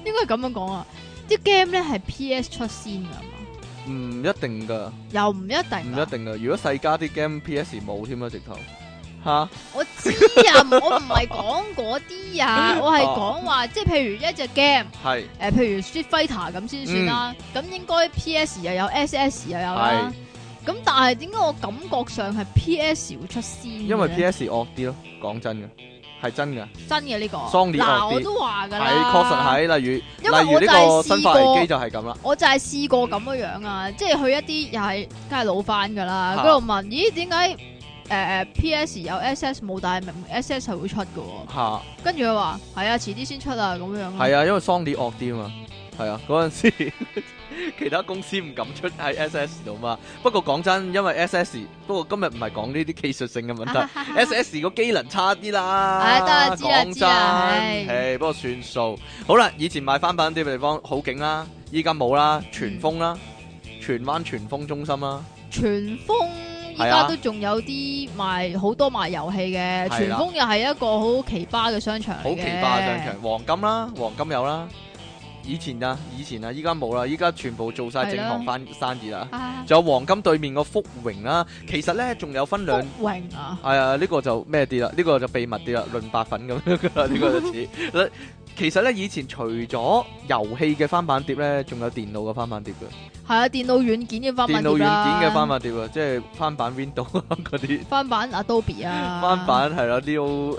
應該係咁樣講啊。啲 game 咧係 P.S. 出先噶嘛，
唔一定噶，
又唔一定啊㗎。
唔一定噶。如果世嘉啲 game P.S. 冇添啊啦，直頭嚇。
我知啊，我唔係講嗰 啲啊，我係講
哦
話即係譬如一隻 game，
係
誒、譬如 Street Fighter 咁先算啦，
嗯
咁、應該 PS 又有 SS 又有啦，咁但係點解我感覺上係 PS 會出先嘅咧？
因為 P.S. 惡啲咯，講真嘅，係真嘅，
真嘅呢、個，
Sony
嗱
惡啲
我都話㗎
係
啦，
確實係，例如
因為
例如
我就
呢
係
個新
試
發危機
過。
就係咁啦，
我就係試過咁樣樣啊，即係去一啲又係梗係老翻㗎啦，
嚇
嗰度、問，咦點解誒誒 PS 有 SS 冇，但係明明 SS 係會出㗎喎？
嚇，
跟住佢話係啊，遲啲先出啊，咁樣咯。
係啊，因為 Sony 惡啲啊嘛，係啊，嗰陣時 其他公司唔敢出喺 S.S. 度嘛，不過講真，因為 S.S. 不過今日唔係講呢啲技術性嘅問 題，S.S. 個機能差啲啦，
唉得啦知啦
講
知
真，
啦唉
誒不過算數，好啦，以前買翻版啲地方好景啦，依家冇啦，全峰啦，
嗯
荃灣全峰中心啦。
全峰依
係啊
家都仲有啲賣好多賣遊戲
係
嘅，
啦
全峰又係一個好奇葩嘅商場嚟嘅
好奇葩商場，黃金啦，黃金有啦，以前啊，以前啊，依家冇啦，依家全部做晒正
係啦
行翻生意啦。
啊，
仲有黃金對面個福榮啦，其實咧仲有分兩，係
福榮啊，
啊，呢個就咩啲啦，呢個就秘密啲啦，論白粉咁樣 噶啦，呢個就似。嗱其實咧以前除咗遊戲嘅翻版碟咧，仲有電腦嘅翻版碟嘅，
係啊，電腦軟件嘅翻
電
版
腦
碟
軟
啦，
件嘅翻版碟啊，即係翻版 Windows 啊嗰啲。
翻版 Adobe 啊，
翻版係啦，Leo 誒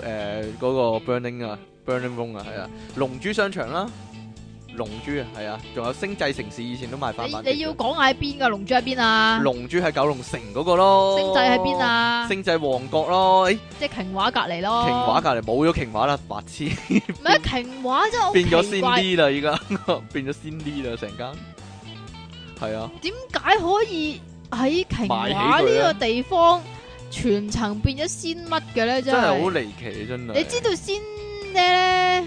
嗰個 Burning 啊，Burning Room 啊，係啊，龍珠商場啦，龍珠啊，係啊，仲有星際城市以前都賣翻版
你你要講喺邊噶？龍珠喺邊啊？
龍珠喺九龍城嗰個咯，
星際喺邊？啊？哦
星際旺角咯，誒，
即係瓊畫隔離咯。
瓊畫隔離冇咗瓊畫啦，白痴，
唔係瓊畫真係好
變咗
奇
先
怪，
D 啦，而家 變咗先 D 啦，成間係啊，
點解可以喺瓊
買起
畫
佢啊
呢個地方全層變咗仙乜嘅咧？
真
真
係好
係，
離奇真係。
你知道仙咧，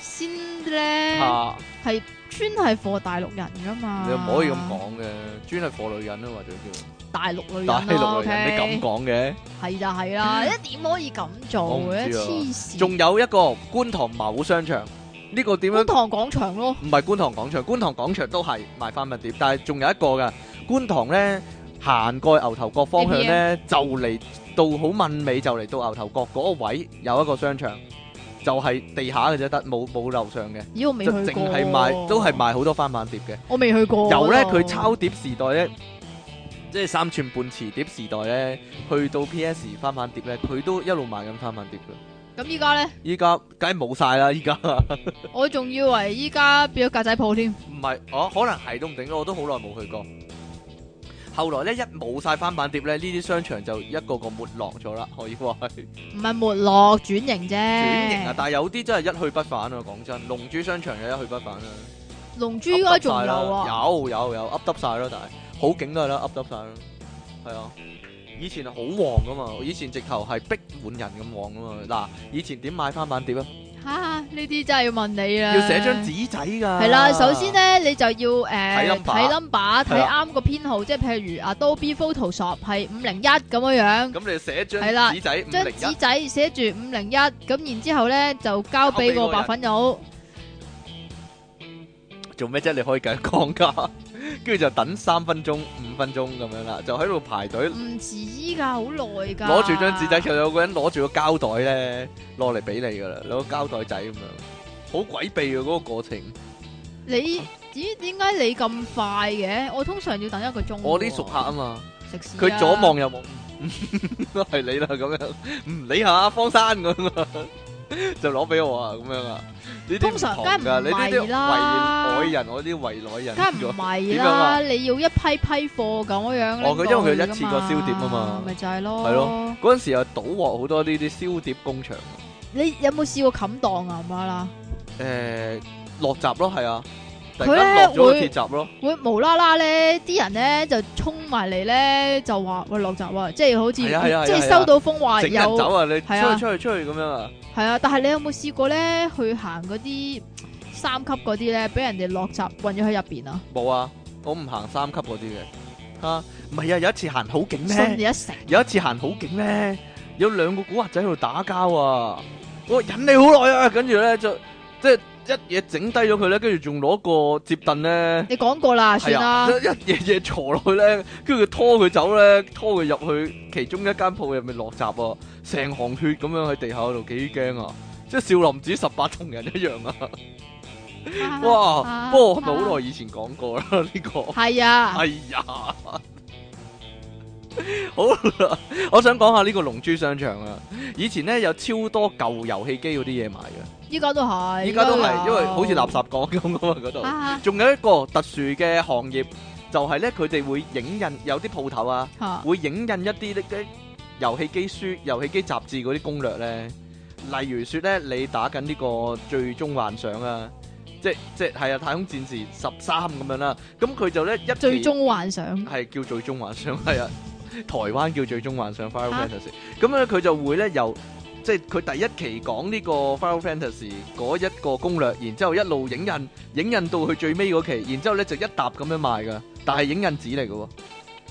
仙咧
啊
係專係貨大陸人噶嘛？
你唔可以咁，講嘅，專係貨女人啊，或者叫
大陸啊女人
大陸
咯
女人，你咁講嘅。
係就係啦，一點可以咁做
我唔
嘅？
知啊
黐線！
仲有一個觀塘某商場，呢、個點樣
觀？塘廣場咯，
唔係觀塘廣場，觀塘廣場都係賣翻物碟，但係仲有一個㗎。觀塘呢，行過去牛頭角方向呢，就嚟到好問尾，就嚟到牛頭角嗰個位有一個商場，就係、地下嘅啫，得冇冇樓上嘅，
咦我未
就
去過，
淨係賣都係賣好多翻版碟嘅。
我未去過。
由咧
嗰度
佢抄碟時代咧，即係三寸半磁碟時代咧，去到 PS 翻版碟咧，佢都一路賣緊翻版碟嘅。
咁依家咧，
依家梗係冇晒啦，依家唔
我仲以為依家變咗格仔鋪添，
係哦，可能係都唔定咯，我都好耐冇去過。後來咧一冇晒翻版碟咧，呢啲商場就一個個沒落咗啦，可以話係
唔係沒落轉型啫。
轉型啊！但係有啲真係一去不返啊！講真，龍珠商場又一去不返啊啦。
龍珠應該仲有啊，
有有有噏得晒咯，但係好景都係啦，噏得晒咯，係啊。以前好旺噶嘛，以前直頭係逼滿人咁旺噶嘛。嗱，以前點買翻版碟啊？
哈呢啲真係要問你啦。
要寫張。紙仔㗎。
係啦，首先，咧你就要
睇
誒
number
睇 number，
係
睇
啦
啱個編號，即係譬如 Adobe Photoshop 係五零一咁樣樣，
咁你寫張
係啦
紙仔五
張
零
紙
一，
仔寫住五零一，咁然之後咧就交俾
交
個
俾個人
白粉佬。
做咩啫？你可以繼續講㗎。 跟住就等三分鐘、五分鐘咁樣啦，就喺度排隊
唔止㗎，好耐㗎。
攞住張紙仔，就有個人攞住個膠袋咧落嚟俾你㗎啦，攞個膠袋仔咁樣，好詭秘啊嘅嗰個過程。
你咦？點解你咁快嘅？我通常要等一個鐘喎。
我啲熟客啊嘛。
食屎啊
佢左望右望，嗯都係你啦咁樣，嗯唔理下方山咁啊， 就攞俾我啊咁樣啊。呢啲唔
通常
同
梗係唔
㗎，你呢啲
係啦
圍內人，我啲圍內人
梗係唔係
點樣啊
啦？你要一批批貨咁樣
哦佢
拎
因為佢
過去
一次過燒碟啊嘛
咪就係咯。
係咯。嗰陣時又倒鑊好多呢啲燒碟工場，
你有冇試過冚檔啊？唔啦，
誒呃落閘咯，係啊，突
佢
然
咧
間落咗個鐵
會
閘咯，
會無啦啦咧，啲人咧就衝埋嚟咧，就話喂落閘啊！即係好似
係啊係啊
即
係
係
啊
收到風話
整人
有
走啊！你
係啊
出去出去出去咁樣啊！
係啊，但係你有冇試過咧去行嗰啲三級嗰啲咧，俾人哋落閘運咗喺入邊啊？
冇啊，我唔行三級嗰啲嘅嚇，唔係啊！有一次行好景咧
信。你一成。
有一次行好景咧，有兩個古惑仔喺度打交啊！我忍你好耐啊，跟住咧就即係一嘢整低咗佢咧，跟住仲攞個接凳咧，
你講過啦，算
係啊，
啦
一。一嘢嘢坐落去咧，跟住佢拖佢走咧，拖佢入去其中一間鋪入面落閘啊，成行血咁樣喺地下嗰度，幾驚啊！即係少林寺十八銅人一樣啊！ 哇，不過係咪好耐以前講過啦？呢個。
係啊啊，
哎呀，好啦，我想講下呢個龍珠商場啊。以前呢，有超多舊遊戲機嗰啲嘢賣嘅，
依家都係，
依家都係，因
有
為好似垃圾港咁噶嘛嗰度。
啊
仲有一個特殊嘅行業，就係呢，佢哋會影印，有啲鋪頭啊，
嚇
會影印一啲呢啲遊戲機書、遊戲機雜誌嗰啲攻略呢。例如說呢，你打緊呢個最終幻想啊，即即係啊太空戰士十三咁樣啦，咁佢就呢，一
最
期
終幻想
係叫最終幻想，係啊，台灣叫最終幻想 Final
啊
Fantasy。咁咧佢就會咧由即係佢第一期講呢個 Final Fantasy 嗰一個攻略，然之後一路影印，影印到佢最尾嗰期，然之後咧就一沓咁樣賣噶，但係影印紙嚟嘅喎。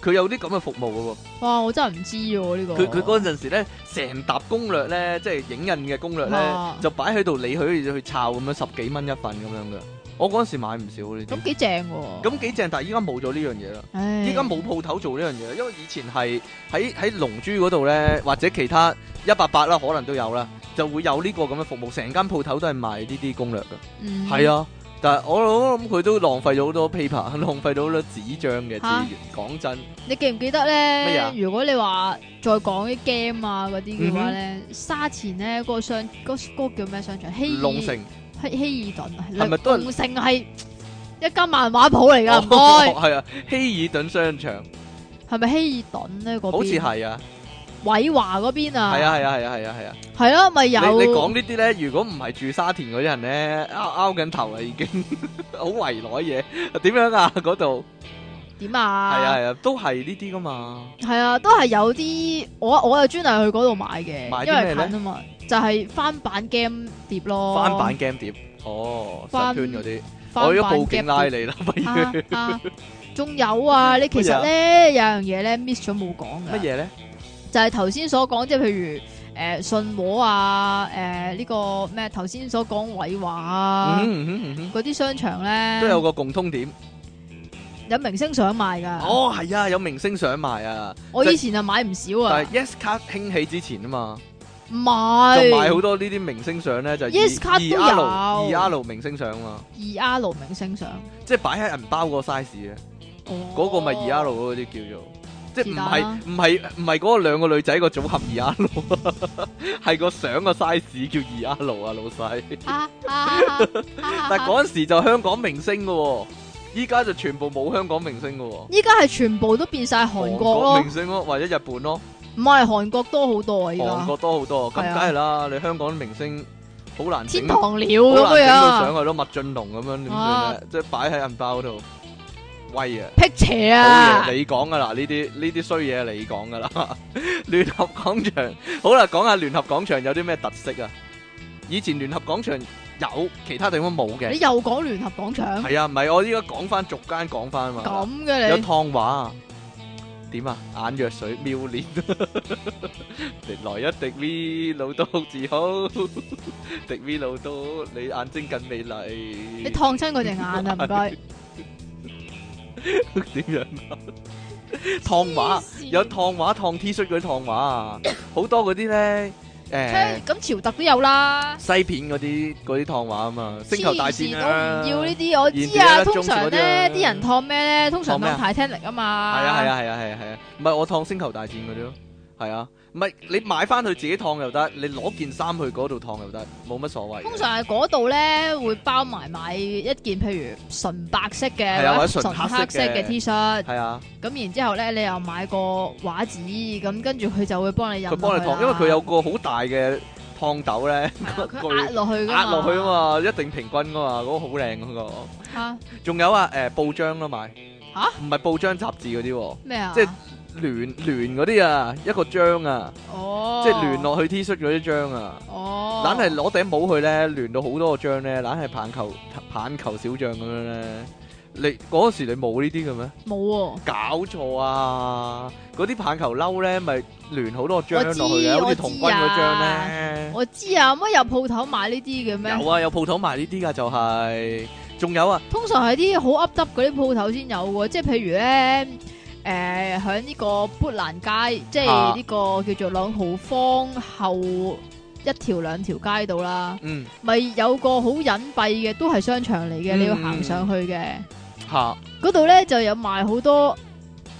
佢有啲咁嘅服務嘅喎。
哇！我真係唔知喎呢個。
佢佢嗰陣時咧，成沓攻略咧，即係影印嘅攻略咧，
哇
就擺喺度，你去去抄咁樣十幾蚊一份咁樣嘅。我嗰陣時買唔少呢啲，
咁幾正喎。
咁幾正，但係依家冇咗呢樣嘢啦。
唉
依家冇鋪頭做呢樣嘢，因為以前係喺喺龍珠嗰度呢，或者其他一八八啦，可能都有啦，就會有呢個咁嘅服務，成間鋪頭都係賣呢啲攻略嘅。
嗯
係、啊，但係我我諗佢都浪費咗好多 paper，浪 費咗好多紙張嘅資源。講真，
你記唔記得
乜嘢啊
咧？如果你話再講
嗯
啲 game 啊嗰啲嘅話咧，沙田咧嗰個商嗰嗰個叫咩商場？希
龍
爾
城
希希爾頓啊，
係咪都係
龍城係一間漫畫鋪嚟㗎，唔 該，
係啊，希爾頓商場，
係咪希爾頓咧嗰邊？
好似係啊，
偉華嗰邊啊，
係啊，係啊，係啊，係啊，係啊。
係咯，咪有
你你講呢啲咧，如果唔係住沙田嗰啲人咧，拗拗緊頭啊啦已經， 好圍內嘢。點樣啊？嗰度
點
係
啊？
啊係啊，都係呢啲噶嘛。
係啊，都係有啲我我又專係去嗰度買
買啲
嘅，因為
咩呢
近啊嘛，就係翻版 game 碟咯，
翻版 game 碟，哦，
翻
十圈嗰啲，
翻
我
版
要報警
game
拉
碟
你啦，不如
啊啊仲有 啊，你其實咧有樣嘢咧 miss 咗冇講
乜嘢
嘅，
咧？
就係頭先所講，即係譬如诶信和啊，诶呢個咩頭先所講偉華啊，
嗯嗯嗯
嗰啲商場咧
嗯，都有個共通點。
有明星想賣㗎，
哦，係啊，有明星想賣啊，
我以前啊買唔少啊
但，係 Yes 卡興起之前啊嘛。
唔
就買
係
好多呢啲明星相咧，就
Yes 卡都有
二 R 明星相啊嘛，
二 R 明星相，
即係擺喺銀包個 size 嘅，嗰、
嗰
個咪二 R 嗰啲叫做，即係唔
是但啦
係唔係唔係嗰個兩個女仔個組合二 R，係 個相個 size 叫二 R 啊老細。 但係
但
嗰陣時就香港明星嘅喎，依家就全部冇香港明星嘅喎。
依家係全部都變晒韓國咯
明，星咯，或者日本咯，
唔係韓國多好多啊！依
韓
家
國多好多，咁
係
梗
啊
係啦，你香港明星好難整
天堂鳥
好
咁
難整
樣
到
啊
上去咯，麥浚龍咁樣點算
啊
咧？即係擺喺銀包度，威啊！
辟邪
好
啊！
嘢，你講噶啦，呢啲呢啲衰嘢你講噶啦。 聯合廣場，好啦，講下聯合廣場有啲咩特色啊？以前聯合廣場有，其他地方冇嘅
你。又講聯合廣場
係啊，唔係我依家講翻逐間講翻嘛。
咁
有
嘅你，
燙畫啊？點啊？眼藥水、妙蓮， 滴來一滴 V 老都自好， 滴 V 老都，你眼睛更美麗。
你燙親佢隻眼啊！唔該，
點樣啊？燙畫
黐線
有燙畫燙 T 恤嗰啲燙畫啊，好多嗰啲咧誒
咁潮特都有啦。
西片嗰啲嗰啲燙畫啊嘛，星球大戰
線
啊，
我唔要呢啲，我知啊。通常咧啲人燙咩咧，通常燙 Titanic 啊
係
嘛。
啊係啊係啊係啊係啊，唔係我燙星球大戰嗰啲咯，係啊，唔係你買翻去自己燙又得，你攞件衫去嗰度燙又得，冇乜所謂嘅。
通常係嗰度咧會包埋買一件譬如純白色
係啊
嘅
或者
或者
純
純
黑色
黑色
嘅
嘅 T 恤，
係啊，
咁然之後咧你又買個畫紙，咁跟住佢就會幫你印
佢幫你
落
燙，
去啊
因為
啦
佢有個好大嘅燙斗咧，
係 啊
個
佢壓落去㗎
壓落去啊嘛，一定平均噶嘛，嗰個好靚嗰個。
嚇
仲有啊，誒、報章啦買，
嚇
唔係報章雜誌嗰啲喎，
咩啊？
即係聯聯嗰啲啊，一個章啊，
哦，
即係聯落去 T 恤嗰啲章啊，
哦，
懶係攞頂帽去咧，聯到好多個章咧，懶係棒球棒球小將咁樣咧。你嗰時你冇呢啲嘅咩？
冇喎。
搞錯啊！嗰啲棒球褸咧，咪聯好多章
我
落
知
去嘅，好似
我
童
知
軍嗰張
啊
咧。
我知啊，乜有鋪頭買呢啲嘅
有
咩？
啊，有鋪頭賣呢啲㗎，就係、仲有啊，
通常係啲好 up 嗰啲鋪頭先有喎，即係譬如咧，誒喺呢個砵蘭街，即
啊
係呢個叫做兩號坊後一條兩條街度啦，
嗯
咪有個好隱蔽嘅，都係商場嚟嘅，
嗯
你要行上去嘅。
嚇，
嗰度咧就有賣好多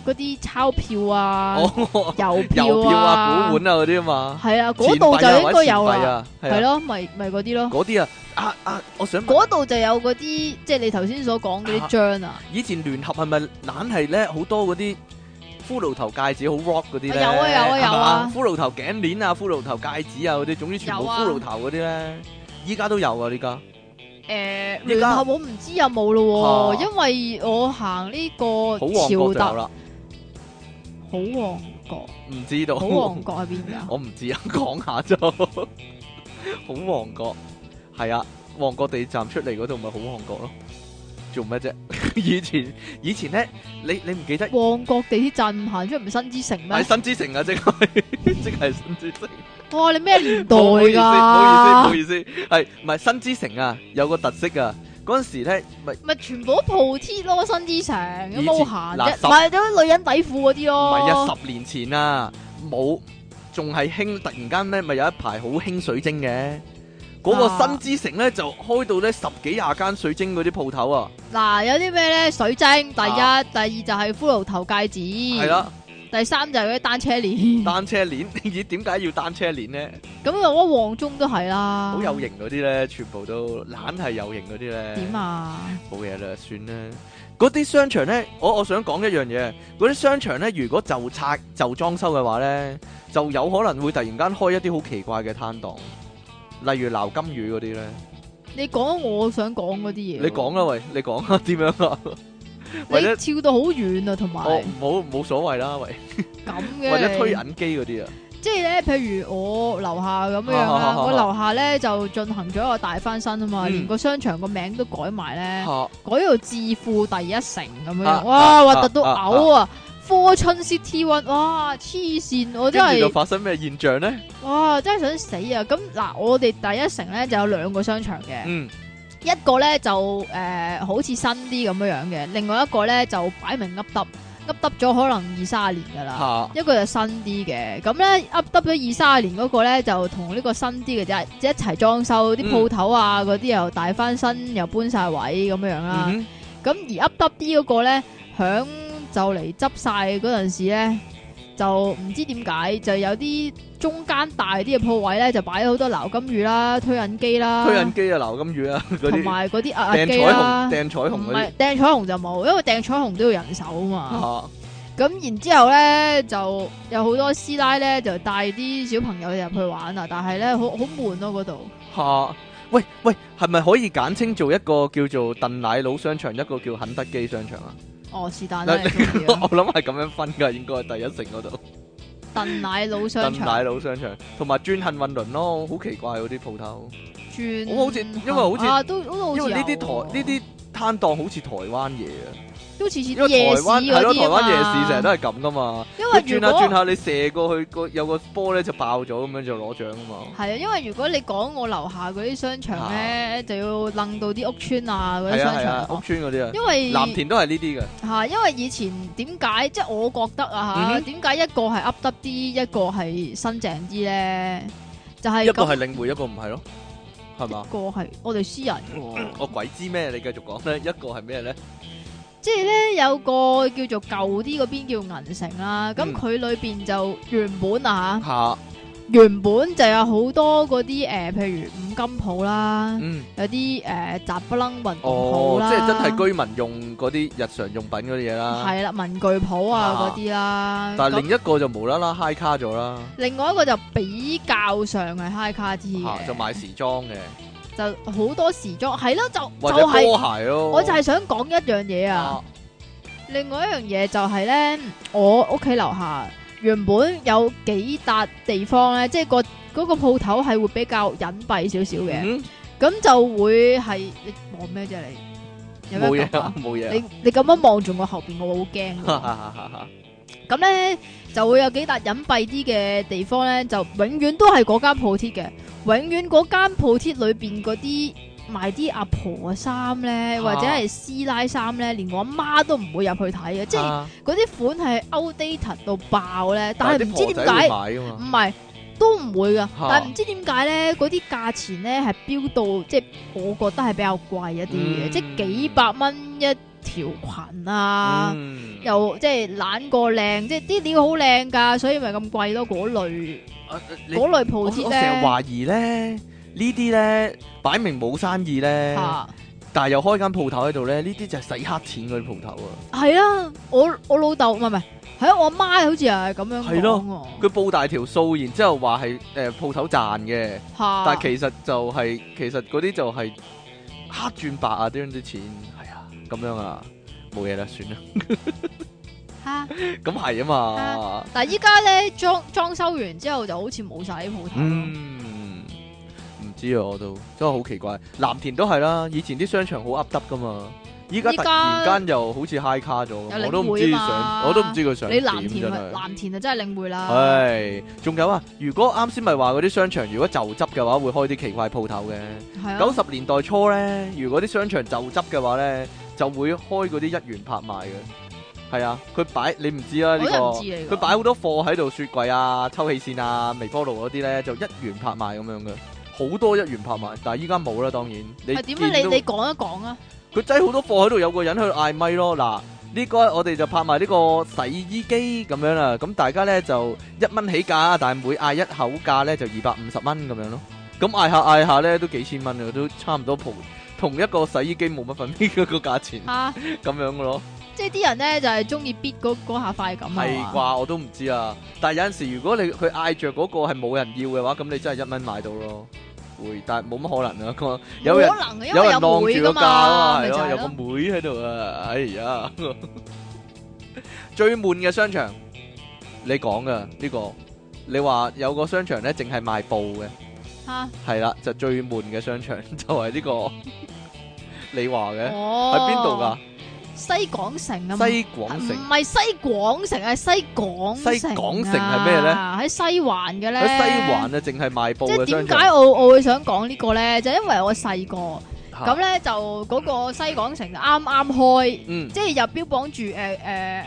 嗰啲鈔票啊、
哦，
郵
郵
票
票啊、古本啊嗰啲啊嘛。
係啊，嗰度就應該有
啊
啦，係
咯，
咯，咪咪嗰啲咯。
嗰啲啊，啊啊，我想問
嗰度就有嗰啲，即係你頭先所講嗰啲章啊，
以前聯合係咪懶係咧好多嗰啲骷髏頭戒指好 rock 嗰啲咧？
啊有啊有啊
係嘛
有啊
骷髏頭頸鏈啊，骷髏頭戒指啊嗰啲，總之全部
有啊
骷髏頭嗰啲咧，依家都有啊！依家依家
誒呃聯合我唔知有冇咯
啊
喎，因為我行呢個
好旺角就
潮
有
特
啦，
好旺角，
唔知道
好旺角喺邊㗎？
我唔知啊，講下就 好旺角，係啊，旺角地站出嚟嗰度咪好旺角咯，做咩啫？ 以前以前咧，你你唔記得？
旺角地鐵站行出嚟唔係新之城咩
係？新之城啊，即係 即係新之城。
哇！你咩年代
哦唔好意思，唔好
㗎？
意思，唔好意思，係唔係新之城啊？有個特色啊，嗰陣時咧，咪
咪全部都鋪鐵咯，新之城有
以前
冇行
嗱
啫？
十
唔係都女人底褲嗰啲
唔係
咯
啊，。十年前啊，冇仲係興，突然間咧咪有一排好興水晶嘅，嗰、個
啊
新之城咧就開到咧十幾廿間水晶嗰啲鋪頭啊，
嗱，有啲咩咧？水晶第一，
啊
第二就係骷髏頭戒指，
係啦、
第三就係嗰啲單車鏈，
單車鏈， 咦？點解要單車鏈咧？
咁我旺中都係啦。
好有型嗰啲咧，全部都懶係有型嗰啲咧。
點啊？
冇嘢啦，算啦。嗰啲商場呢，我我想講一樣嘢。嗰啲商場呢，如果就拆就裝修嘅話呢，就有可能會突然間開一啲好奇怪嘅攤檔，例如撈金魚嗰啲呢。
你講我想講嗰啲嘢喎。
你講啦，喂，你講啦，點樣啊？或者
你跳到好遠啊，同埋
我冇冇所謂啦，喂，
咁嘅。
或者推銀機嗰啲啊，
即係咧，譬如我樓下咁樣樣
啊啊啊
啦，
啊
我樓下咧就進行咗一個大翻身啊嘛，
嗯
連個商場個名都改埋咧，
嚇
改到致富第一城咁樣
啊
樣，哇，
啊
核突到
啊啊
嘔啊！科春 City One，哇，黐線，我真
跟住就
係，
發生咩現象呢？
哇，真係想死啊！咁嗱，我哋第一城咧就有兩個商場嘅，
嗯，
一個咧就誒、呃好似新啲咁樣樣嘅，另外一個咧就擺明噏耷噏耷咗可能二三年噶啦。
嚇
一個就新啲嘅，咁咧 up up 咗二三年嗰個咧就同呢個新啲嘅就一齊裝修啲
嗯
鋪頭啊，嗰啲又大翻新，又搬晒位咁樣樣啦。
嗯哼
咁、而 up up 啲嗰個咧，響就嚟執晒嗰陣時咧，就唔知點解就有啲中間大啲嘅鋪位咧，就擺咗好多撈金魚啦、推銀機啦、
推銀機啊，撈金魚啊，嗰
同
啲
埋嗰啲壓壓
掟
機啊
彩虹、掟彩虹
啦。唔
嗰啲
係掟彩虹就冇，因為掟彩虹都要人手啊嘛。
嚇
咁然之後咧，就有好多師奶咧，就帶啲小朋友入去玩啊，但係咧好好悶咯嗰度。
嚇。喂喂，係咪可以簡稱做一個叫做鄧奶佬商場，一個叫肯德基商場啊？
哦，是但啦，
嗱
你中意啊啦
我諗係咁樣分㗎，應該係第一城嗰度，
燉奶佬商
鄧奶
場
佬商場同埋轉幸運輪咯，好奇怪嗰啲鋪頭，
轉，
我好似因為好似
啊都都好似
因為呢啲
有
台呢啲攤檔好似台灣嘢啊，
都似似
因為
夜
台
市
灣
嗰
係咯，台
啲啊
灣夜市成日都
嘛。
係咁噶嘛，
因
一
為
轉
如
下轉
果
下你射過去個有個波咧就爆咗咁樣就攞獎啊嘛，
係啊，因為如果你講我樓下嗰啲商場咧，就要楞到啲屋村啊嗰啲
啊係啊
商
係啊，屋
場，
村嗰啲啊，
因為
藍田都係呢啲嘅，
吓，因為以前點解即係我覺得啊吓，
嗯哼
點解一個係噏得啲，一個係新淨啲咧？就係
一個
咁
係領匯，一個唔係咯，係嘛？
一個係我哋私人喎，
我鬼知咩？你繼續講咧，一個係咩咧？
即係咧有個叫做舊啲嗰邊叫銀城啦，咁
嗯
佢裏邊就原本啊
嚇，
吓，原本就有好多嗰啲誒，譬如五金鋪啦，
嗯。
有啲誒雜不楞運動
哦
鋪，啦，
即係真係居民用嗰啲日常用品嗰啲嘢啦。
係啦文具鋪啊
啊
嗰啲啦，
但係
咁
另一個就無啦啦 high 卡咗啦，
另外一個就比較上係 high 卡啲
嚇
嘅，
就賣時裝嘅，
就好多時裝係咯，就
或
就
者
係、
波鞋咯。
我就係想講一樣嘢啊。另外一樣嘢就係咧，我屋企樓下原本有幾笪地方咧，即係個嗰個鋪頭係會比較隱蔽少少嘅，
嗯
咁、就會係你望咩啫你？有
冇
咩
嘢
感
啊
覺？
冇嘢
你你咁樣望住我後邊，我會好驚㗎。
啊。
咁咧就會有幾笪隱蔽啲嘅地方咧，就永遠都係嗰間鋪貼嘅，永遠嗰間鋪貼裏邊嗰啲賣啲阿婆嘅衫咧，
啊
或者係師奶衫咧，連我阿媽都唔會入去睇嘅，即係
啊
嗰啲款係 outdated 到爆咧，但
啲
係唔
婆
知
仔
點
會
解
買啊㗎
唔
嘛？
係。都唔會噶，
嚇
但係唔知點解咧，嗰啲價錢咧係飆到，即係我覺得係比較貴一啲嘅，
嗯
即係幾百蚊一條裙啊，
嗯
又即係懶過靚，即係啲料好靚㗎，所以咪咁貴咯。嗰類
啊你
嗰類
我
鋪
我成日
貼咧，
懷疑咧，呢啲咧擺明冇生意咧，
嚇
但係又開間鋪頭喺度咧，呢啲就係洗黑錢嗰啲鋪頭啊。
係啊！我我老豆唔係唔係，係啊我媽好似又係咁樣
係
講
咯
咯，
佢報大條數，然之後話係誒鋪頭賺嘅。
嚇
但其實就係、其實嗰啲就係黑轉白啊，啲啲錢係啊，咁樣啊，冇嘢啦，算啦，
嚇，
咁係啊嘛，
但係依家咧裝裝修完之後就好似冇晒啲鋪頭咯，
嗯，唔知啊，我都真係好奇怪，藍田都係啦，以前啲商場好噏得噶嘛，依家
依
突
家
然間又好似 high 卡咗，
有領
我都唔知
匯啊
想，
嘛
我都唔知佢想
你
點
藍田
真
咪
係。
藍啊田就真係領會啦，
唉，仲有啊！如果啱先咪話嗰啲商場，如果就執嘅話，會開啲奇怪鋪頭嘅。
係
九
啊，
十年代初咧，如果啲商場就執嘅話咧，就會開嗰啲一元拍賣嘅。係啊，佢擺你唔知啦呢、
我
個
都唔，知啊你
佢擺好多貨喺度，雪櫃啊、抽氣扇啊、微波爐嗰啲咧，就一元拍賣咁樣嘅，好多一元拍賣。但係依家冇啦，當然你
係點啊？
見
你
到
你講一講啊，
佢擠好多貨喺度，有個人喺度嗌咪咯。嗱，呢個我哋就拍埋呢個洗衣機咁樣啦。咁大家咧就一蚊起價，但係每嗌一口價咧就二百五十蚊咁樣咯。咁嗌下嗌下咧都幾千蚊啊，都差唔多同同一個洗衣機冇乜分別嗰個價 錢
吓，
咁樣嘅咯。
即係啲人咧就係中意 bit 嗰嗰下快感
係
啊嘛，
啩？我都唔知啊。但係有陣時，如果你佢嗌着嗰個係冇人要嘅話，咁你真係一蚊買到咯。會，但係冇乜可能啊。個有人
可能嘅，因
有
為
人晾
妹
住
噶
個價啊，
嘛，咪
係
就
咯，
係
有個
咯
妹喺度啊，哎呀！ 最悶嘅商場，你講噶呢個，你話有個商場咧，淨係賣布嘅，
吓，
係啦，就最悶嘅商場 就係呢個，你話嘅
哦，
喺邊度㗎？
西港城啊嘛，
西港城
唔係西港城，係西港城啊
西港城係咩咧
喺西環嘅咧，
喺西環啊，淨係賣布
即係
嘅商
點
場
解，我我會想講呢個咧？就因為我細個
嚇
咁咧，就嗰個西港城就啱啱開，
嗯
即係又標榜住誒誒誒，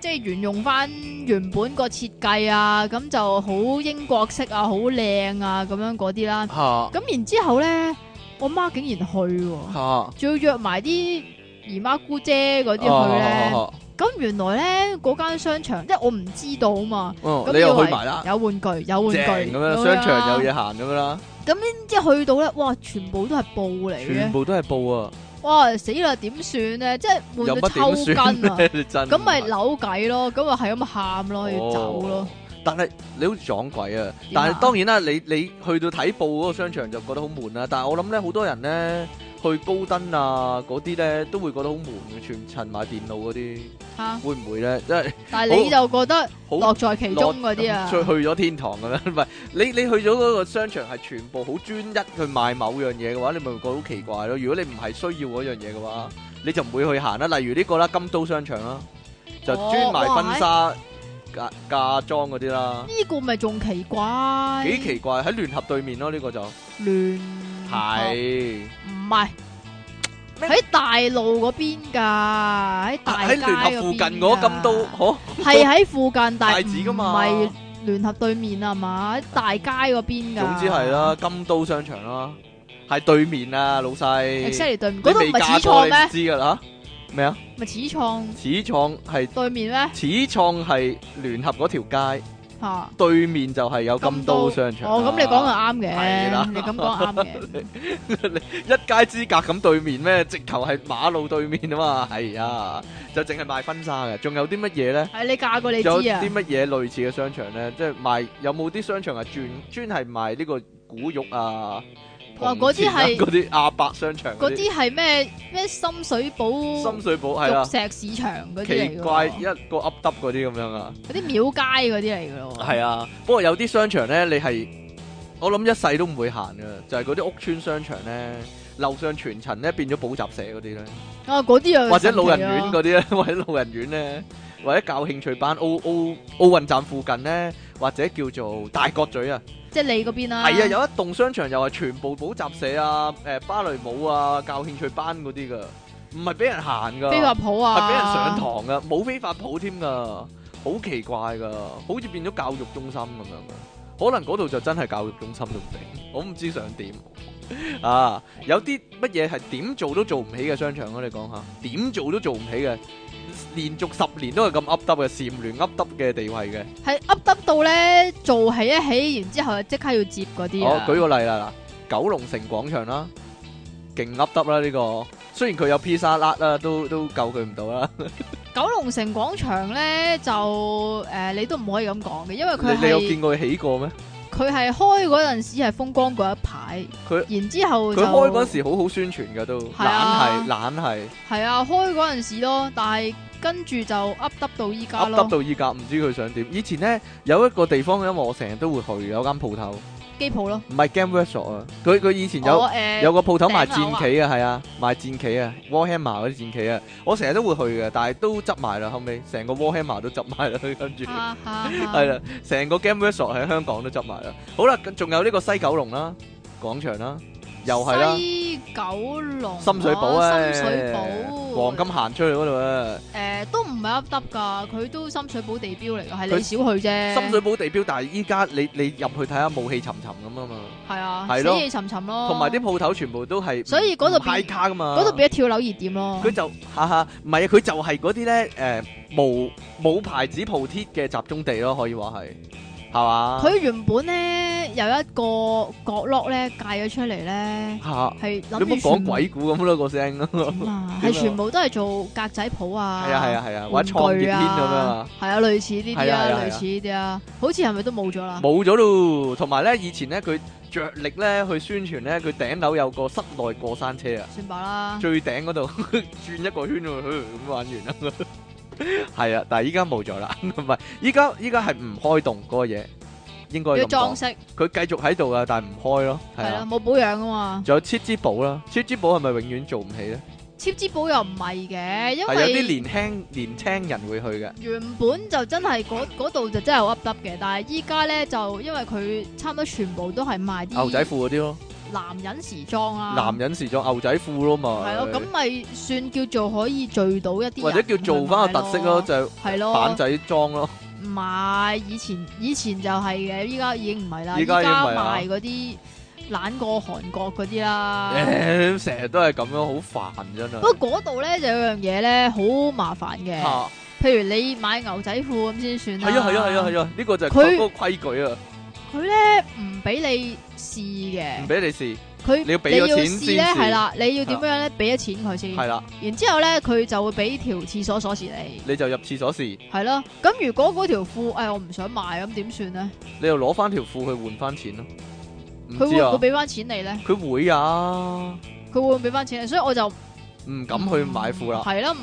即係沿用翻原本個設計啊，咁就好英國式啊，好靚啊咁樣嗰啲啦。
嚇
咁然之後咧，我媽竟然去喎、
嚇
仲要約埋啲姨媽姑姐嗰啲去咧。
哦，
咁原來咧嗰間商場，因為我唔知道啊嘛，
哦
咁
你又
以為
去埋啦，
有玩具，有玩具
正咁樣，商場有嘢行咁樣啦，
嘢，即係去到咧，哇，全部都係布嚟
全
嘅，
部都係布啊！
哇，死啦，點算咧？即係
有
悶
乜
到抽
點
筋
算
啊！
咧？你 真
咁咪
係
扭計咯，咁咪係咁喊咯，要走咯
哦，但係你好似撞鬼啊！
點
但
啊
係當然啦，你你去到睇報嗰個商場就覺得好悶啦。但係我諗咧，好多人咧去高登啊嗰啲咧都會覺得好悶嘅，全陳埋電腦嗰啲，
吓！
會唔會咧？即係
但係你就覺得
好
樂在其中嗰啲啊
落，去去咗天堂咁樣，唔係 你你去咗嗰個商場係全部好專一去賣某樣嘢嘅話，你咪會覺得好奇怪咯。如果你唔係需要嗰樣嘢嘅話，你就唔會去行啦。例如呢個啦，金都商場啦，就
哦
專賣
哇
婚紗、嫁嫁妝嗰啲啦。
呢個咪仲奇怪，
幾奇怪喺聯合對面咯，呢、個就
亂學
係
唔係喺大路嗰邊㗎，喺大
啊喺
街
聯合附近嗰
邊㗎
金都，嗬
係喺附近，但
大
係
字㗎
唔
嘛
係聯合對面啊嘛，喺大街嗰邊㗎。
總之係啦，金都商場啦，係對面啊，老細。
，exactly 對面
你
嗰度唔
未
係
嫁
始
過
創
你唔
咩？
知㗎啦嚇咩啊？
咪始創
始創係
對面咩？
始創係聯合嗰條街
嚇！
對面就係有金都商場。
哦，咁你講就啱
係啦
嘅，你咁講啱嘅。
一街之隔咁對面咩？直頭係馬路對面啊嘛，係啊，就淨係賣婚紗嘅，仲有啲乜嘢咧？
係你嫁過你知
有
啊
啲，乜嘢類似嘅商場咧？即係賣有冇啲商場係專專係賣呢個古玉啊？
哇
銅錢啊
嗰啲係
嗰啲亞伯商場
嗰
嗰
啲係咩咩深水
啲，
埗
深水埗係
玉
啦，
石市場嗰啲嚟
奇
㗎
怪
喎
一，個噏耷嗰啲咁樣啊，
嗰啲廟街嗰啲嚟㗎咯喎。
係啊。不過有啲商場咧，你係我諗一世都唔會行嘅，就係嗰啲屋村商場咧，樓上全層咧變咗補習社嗰啲咧，
啊，嗰啲又
或者老人院
神奇啊
嗰啲咧， 或者老人院咧，或者教興趣班奧奧奧運站附近咧，或者叫做大角咀啊。
即係你嗰邊啦。
係啊，有一棟商場又係全部補習社啊、誒、芭蕾舞啊、教興趣班嗰啲噶，唔係俾人行噶，
飛髮鋪啊，
係俾人上堂噶，冇非法譜添噶，好奇怪噶，好似變咗教育中心咁樣噶，可能嗰度就真係教育中心都唔定，我唔知想點啊！有啲乜嘢係點做都做唔起嘅商場啊？你講下，點做都做唔起嘅，連續十年都係咁噏耷嘅，蟬聯噏耷嘅地位嘅。
係噏耷到咧做起一起，然之後就即刻要接嗰啲
我
啊。
哦舉個例啦，嗱，九龍城廣場啦，勁噏得啦呢個，雖然佢有披薩辣啦，都都救佢唔到啦。
九龍城廣場咧就誒，你都唔可以咁講嘅，因為佢
你你有見
係
過佢起過咩？
佢係開嗰陣時係風光嗰一排，
佢
然之後
佢
就
開嗰時好好宣傳噶都，懶
係啊
係懶係，
係啊，開嗰陣時咯，但係跟住就噏耷到依家
噏得
咯，
到依家，唔知佢想點。以前呢，有一個地方，因為我成日都會去，有間鋪頭，
機鋪咯。
唔係 Game Workshop 啊，佢佢以前有。
我誒
有個鋪頭賣
頂樓
戰
啊
棋啊，係啊，賣戰棋啊，Warhammer 嗰啲戰棋啊，我成日都會去嘅，但係都執埋啦，後尾成個 Warhammer 都執埋啦，跟住。
哈哈
係
係
啦，成個 Game Workshop 喺香港都執埋啦。好啦，咁仲有呢個西九龍啦，廣場啦，又係啦，
西九龍
深水埗啊，
深水埗
黃金行出去嗰度啊，
誒都唔唔係噏耷噶，佢都深水埗地標嚟噶，係你
佢
少去啫。
深水埗地標，但係依家你你入去睇下霧氣沉沉咁啊嘛，
係啊，
係
死
咯
氣沉沉咯。
同埋啲鋪頭全部都係唔，
所以嗰度變
派卡噶嘛，
嗰度變咗跳樓熱點咯
佢。就哈哈，唔係啊，佢就係嗰啲咧誒冇冇牌子鋪貼嘅集中地咯，可以話係係嘛？
佢原本咧有一個角落咧界咗出嚟咧，
嚇
係
你唔
諗住
好
全
講
部
鬼故咁咯個聲，係
點啊，
點
係
啊
全部都係做格仔鋪啊，
啊係啊係啊，或者創業
玩具
篇咁樣
啊
啊，，
係啊，類似呢啲
係啊係
啊
啊，
類似呢啲啊，好似係咪都冇咗啦？
冇咗咯。同埋咧，以前咧佢着力咧去宣傳咧，佢頂樓有個室內過山車啊。
算吧啦，
最頂嗰度 轉一個圈喎， 咁玩完啦。 係啊，但係依家冇咗啦， 唔係依家依家係唔開動嗰個嘢，應該
要
咁
裝
講。啊
飾
佢繼續喺度啊，但係唔開咯，係
係啦，
啊。
冇保養啊嘛。
仲有切之寶啦，切之寶係咪永遠做唔起咧？
貼紙簿又唔係嘅，因
係有啲
為
年輕年青人會去嘅，
原本就真係嗰嗰度就真係好噏耷嘅，但係依家咧就因為佢差唔多全部都係賣
牛仔
啲
褲嗰啲咯，
男人時裝啊，
男人時裝牛仔褲咯嘛。
係咯，咁咪算叫做可以聚到一啲人
或者叫做翻個特色咯，
去買
就係
係咯，
板仔裝咯，
唔係以前以前就係嘅，依家已經唔係啦，
依
依
家
家
已經唔係啦
賣嗰啲懶過韓國嗰啲啦。
誒成日都係咁樣，好煩真
不
係。
過嗰度咧就有樣嘢咧好麻煩嘅，
嚇
譬如你買牛仔褲咁先算啦。
係啊係啊係啊係啊，呢個就係
佢
佢嗰個規矩啊。
佢咧唔俾你試嘅
唔，俾你試，
佢
嗯你要俾咗
你要
錢
試
先
咧
試
係啦，你要點樣咧俾咗錢佢先，
係啦，
然之後咧佢就會俾條廁所鎖匙你，
你就入廁所試，
係咯。咁如果嗰條褲誒我唔想買咁點算咧？
你又攞翻條褲去換翻錢咯。唔
佢
知
會唔
啊
會，俾翻錢你咧？
佢會啊，
佢會唔會俾翻錢你？所以我就。
唔敢去買褲啦。
系啦，唔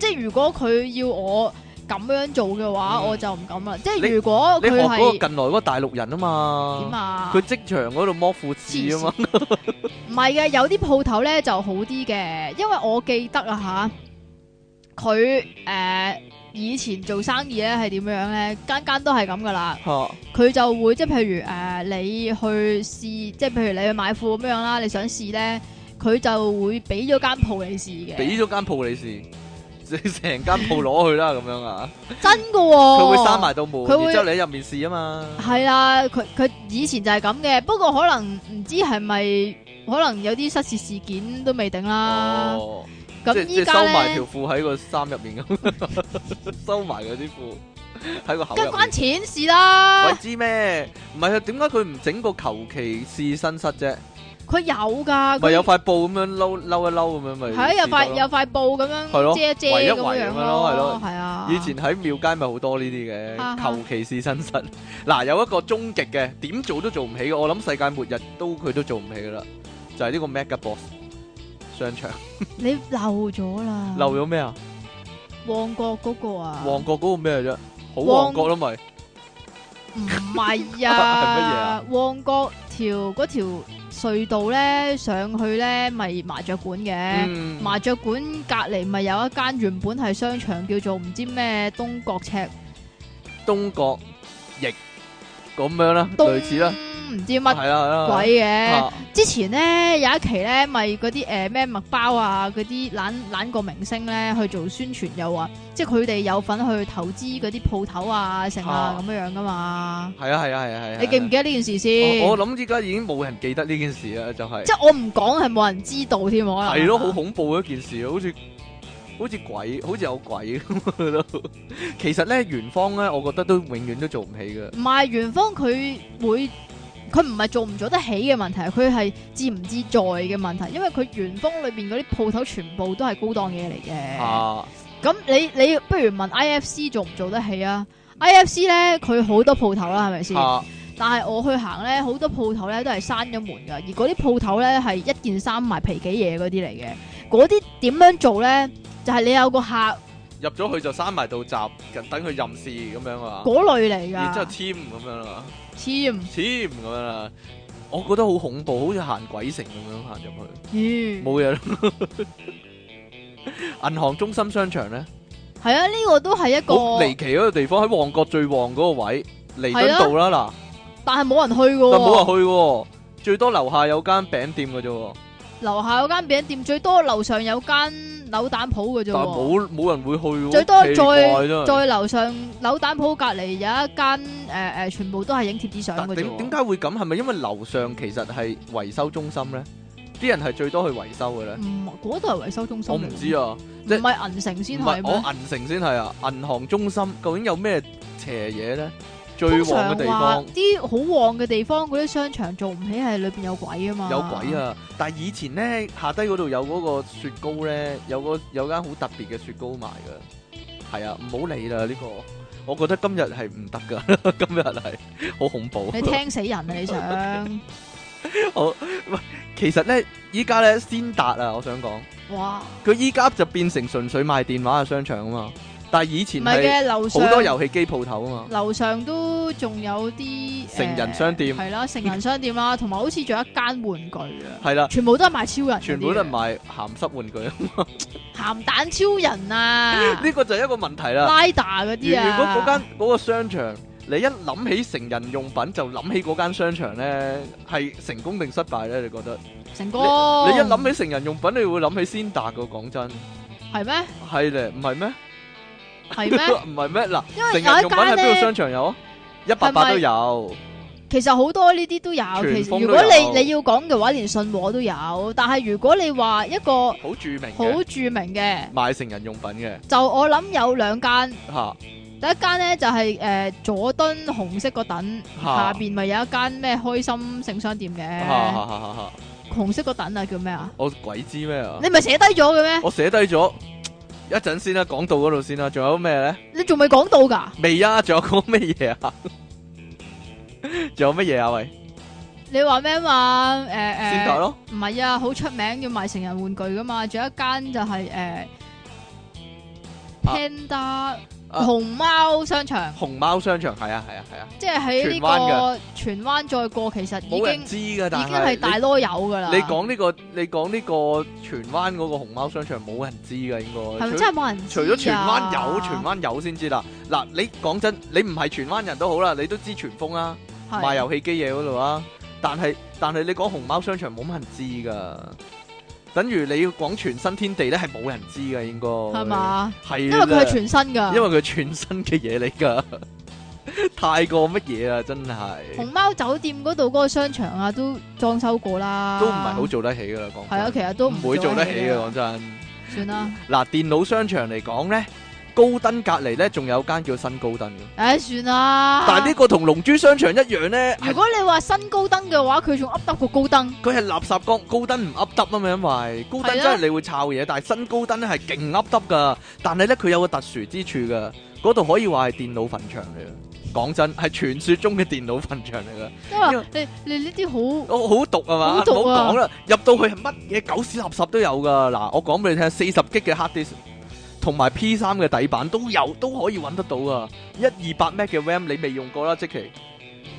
即系如果佢要我咁樣做嘅話，
嗯
我就唔敢啦。即
你
係如果
你
嗯佢
學嗰
係
個近來嗰個大陸人啊
點
嘛，
啊？
佢職場嗰度摸褲子啊嘛，
唔係嘅，有啲鋪頭咧就好啲嘅，因為我記得啊
嗯
吓，佢诶、呃以前做生意咧係點樣咧？間間都係咁噶啦，
嚇
佢就會即係譬如诶、呃你去試，即係譬如你去買褲咁樣啦，你想試咧，佢就會俾咗間鋪你試嘅，
俾咗間鋪你試，你成間鋪攞去啦 咁樣啊，
真噶喎、
佢會閂埋道門，
哦佢會
然之後你喺入面試啊嘛。
系啦，佢佢以前就係咁嘅，不過可能唔知係咪，可能有啲失事事件都未定啦。
哦，
啊咁
即
依
即
家
收埋條
咧，
褲喺個衫入面咁， 收埋嗰啲褲喺個口
梗係
入面
關。錢事啦
鬼，知咩？唔係啊，點解佢唔整個求其試身室啫？
佢有噶，
咪
佢
有塊布咁樣嬲嬲一嬲咁樣咪
係啊，有
試
塊
過咯
有塊布咁
係
樣
咯
遮一遮
圍一
咁
圍
樣
咁樣咯係咯
系啊。
以前喺廟街咪好多呢啲
啊
嘅，
哈
求其試身室。 嗱，有一個終極嘅，點做都做唔起嘅，我諗世界末日都佢都做唔起噶啦，就係呢個 Mega Boss 商場
啊你漏咗啦，
漏咗咩啊？
旺角嗰個啊，
旺角嗰個咩啫？好旺角咯咪
唔係
係
啊，旺角條嗰條隧道咧上去咧咪麻雀館嘅。
嗯
麻雀館隔離咪有一間原本係商場，叫做唔知咩東角赤
東角翼咁樣啦，
東，
類似啦，，
唔知
係啦
乜
係啦，
鬼嘅。
啊
之前咧有一期咧咪嗰啲誒咩麥包啊嗰啲懶懶過明星咧去做宣傳，又話即係佢哋有份去投資嗰啲鋪頭啊成啊
啊
咁樣樣噶嘛。
係啊係啊係啊係啊！
你記唔記得呢件事先？
我我諗依家已經冇人記得呢件事啦，就係
即係我唔講係冇人知道添，可能
係咯，好恐怖一件事，好似好似鬼，好似有鬼咁 咯。其實咧，元芳咧，我覺得都永遠都做唔起嘅。
唔係元芳佢會，佢唔係做唔做得起嘅問題，佢係自唔自在嘅問題，因為佢元芳裏邊嗰啲鋪頭全部都係高檔嘢嚟嘅。
啊，
咁、你你不如問 I F C 做唔做得起啊？I F C 咧佢好多鋪頭啦，係咪先？
啊
但係我去行咧，好多鋪頭咧都係閂咗門噶，而嗰啲鋪頭咧係一件衫埋皮幾嘢嗰啲嚟嘅。嗰啲點樣做咧？就係、你有個客
啊
嗰
入咗去就閂埋道閘，就等佢任事咁樣啊，
類嚟㗎。
然之後簽咁樣啦，
黐唔
簽咁樣啦。我覺得好恐怖，好似行鬼城咁樣行入去，
咦
冇嘢啦。 銀行中心商場咧，
係啊，呢、個都係一個
好離奇嗰個地方喺旺角最旺嗰個位，彌敦道啦嗱。
但係冇人去嘅喎。
但冇人去喎，最多樓下有間餅店嘅啫喎，
樓下有間餅店，最多樓上有間扭蛋鋪嘅啫
但
喎。
冇啊冇人會去喎，
最多
奇
再
怪真係
再樓上扭蛋鋪隔離有一間誒誒，全部都係影貼紙相
但
嘅啫
點
喎。
點解會咁？係咪因為樓上其實係維修中心咧？啲人係最多去維修嘅咧？
唔嗯嗰度係維修中心
我
嚟㗎？
唔知啊，
唔
即
係銀城先
唔
係
係
咩？
我銀城先係啊，銀行中心究竟有咩邪嘢咧？最
通
旺嘅
常
地
話
方
啲好旺嘅地方，嗰啲商場做唔起係裏邊有鬼啊嘛。
有鬼！啊！但係以前咧下低嗰度有嗰個雪糕咧，有個有間好特別嘅雪糕賣嘅，係啊，唔好理啦呢個。我覺得今日係唔得噶， 今日係好恐怖。
你聽死人啊！你想
其實咧，依家咧先達啊，我想講。
哇？
佢依家就變成純粹賣電話嘅商場啊嘛，但係以
唔
前
係
係
嘅，樓
好多
上
遊戲機鋪頭啊嘛，
樓上都仲有啲呃
成人商店
係啦，成人商店啦，同埋好似仲有一間玩具啊，
係啦，
全部都係賣超人嗰啲嘅，啊
全部都係賣鹹濕玩具，呢
鹹蛋超 人啊、
個就係一個問題啦。
拉打嗰
如
啲
如果
啊。
嗰間嗰個商場，你一諗起成人用品就諗起嗰間商場咧，係成功定失敗咧？你覺得？
成功，
你一諗起成人用品，你會諗起先達個，講真
係咩？
係咧，唔係咩？
係咩？
唔係咩？嗱，
因為有
成人用
一
品喺
間
邊個
咧
商，場有啊？一百八
係咪
都有。
其實好多呢啲都有。
全
其實
峰
如
都
果
有
你你要講嘅話，連信和都有。但係如果你話一個
好著名
好
嘅
著名嘅，
賣成人用品嘅
就我諗有兩間。
嚇
第一間咧就係、呃佐敦紅色嗰等
嚇
下邊咪有一間咩開心性商店
嚇
嘅，
嚇嚇嚇嚇，
紅色嗰等啊叫咩啊？
我鬼知咩啊！
你咪寫低咗嘅咩？
我寫低咗，一陣先啦，講到嗰度先啦，仲有咩咧？
你仲未講到㗎？
未啊，仲有講咩嘢啊？仲有乜嘢啊？喂，
你話咩嘛？誒、
先達
呃、誒，
咯，
唔係啊，好出名要賣成人玩具㗎嘛。仲有一間就係、呃
啊
Panda 熊貓商場，
熊貓商場係啊係啊係啊，
即係喺呢
荃灣
個荃灣再過，其實已
冇人
經
知㗎，但
已經係大
係
啰柚㗎啦。
你你講呢個你講呢個荃灣嗰個熊貓商場冇人知㗎應
係
該
咪。真係冇人知啊？
除咗荃灣有，荃灣有先知啦。嗱，你講真，你唔係荃灣人都好啦，你都知荃豐啦，
係
賣遊戲機嘢嗰度啊。但係但係你講熊貓商場冇乜人知噶，等於你要講全新天地咧係冇人知噶應該。
係？嘛？
係啊
因為佢係
啦
全新㗎。
因為佢全新嘅嘢嚟噶， 太過乜嘢啦，真係
熊貓酒店嗰度嗰個商場啊，都裝修過啦，
都唔係好做得起噶啦，講真
係啊，其實都
唔會做得起啊嘅，
嘅
講，真。
啊算啦，
嗱，電腦商場嚟講咧，高登隔離咧仲有間叫新高登嘅。
唉，算啦。
但係呢個同龍珠商場一樣咧，
如果你話新高登嘅話，佢仲噏得過高登，
佢係垃圾缸，高登唔噏得啊嘛，因為高登
係啊
真係你會抄嘢，但係新高登咧係勁噏得噶。但係咧佢有個特殊之處噶，嗰度可以話係電腦墳場嚟嘅。講真，係傳說中嘅電腦墳場嚟噶，
因
因
為你你你呢啲好
我好毒啊嘛，
好
唔
毒啊
好講啦。入到去係乜嘢狗屎垃圾都有噶。嗱，我講俾你聽，四十 G 嘅 hard disk 同埋 P 三嘅底板都有，都可以揾得到噶。一二百 M 嘅 RAM 你未用過啦，即其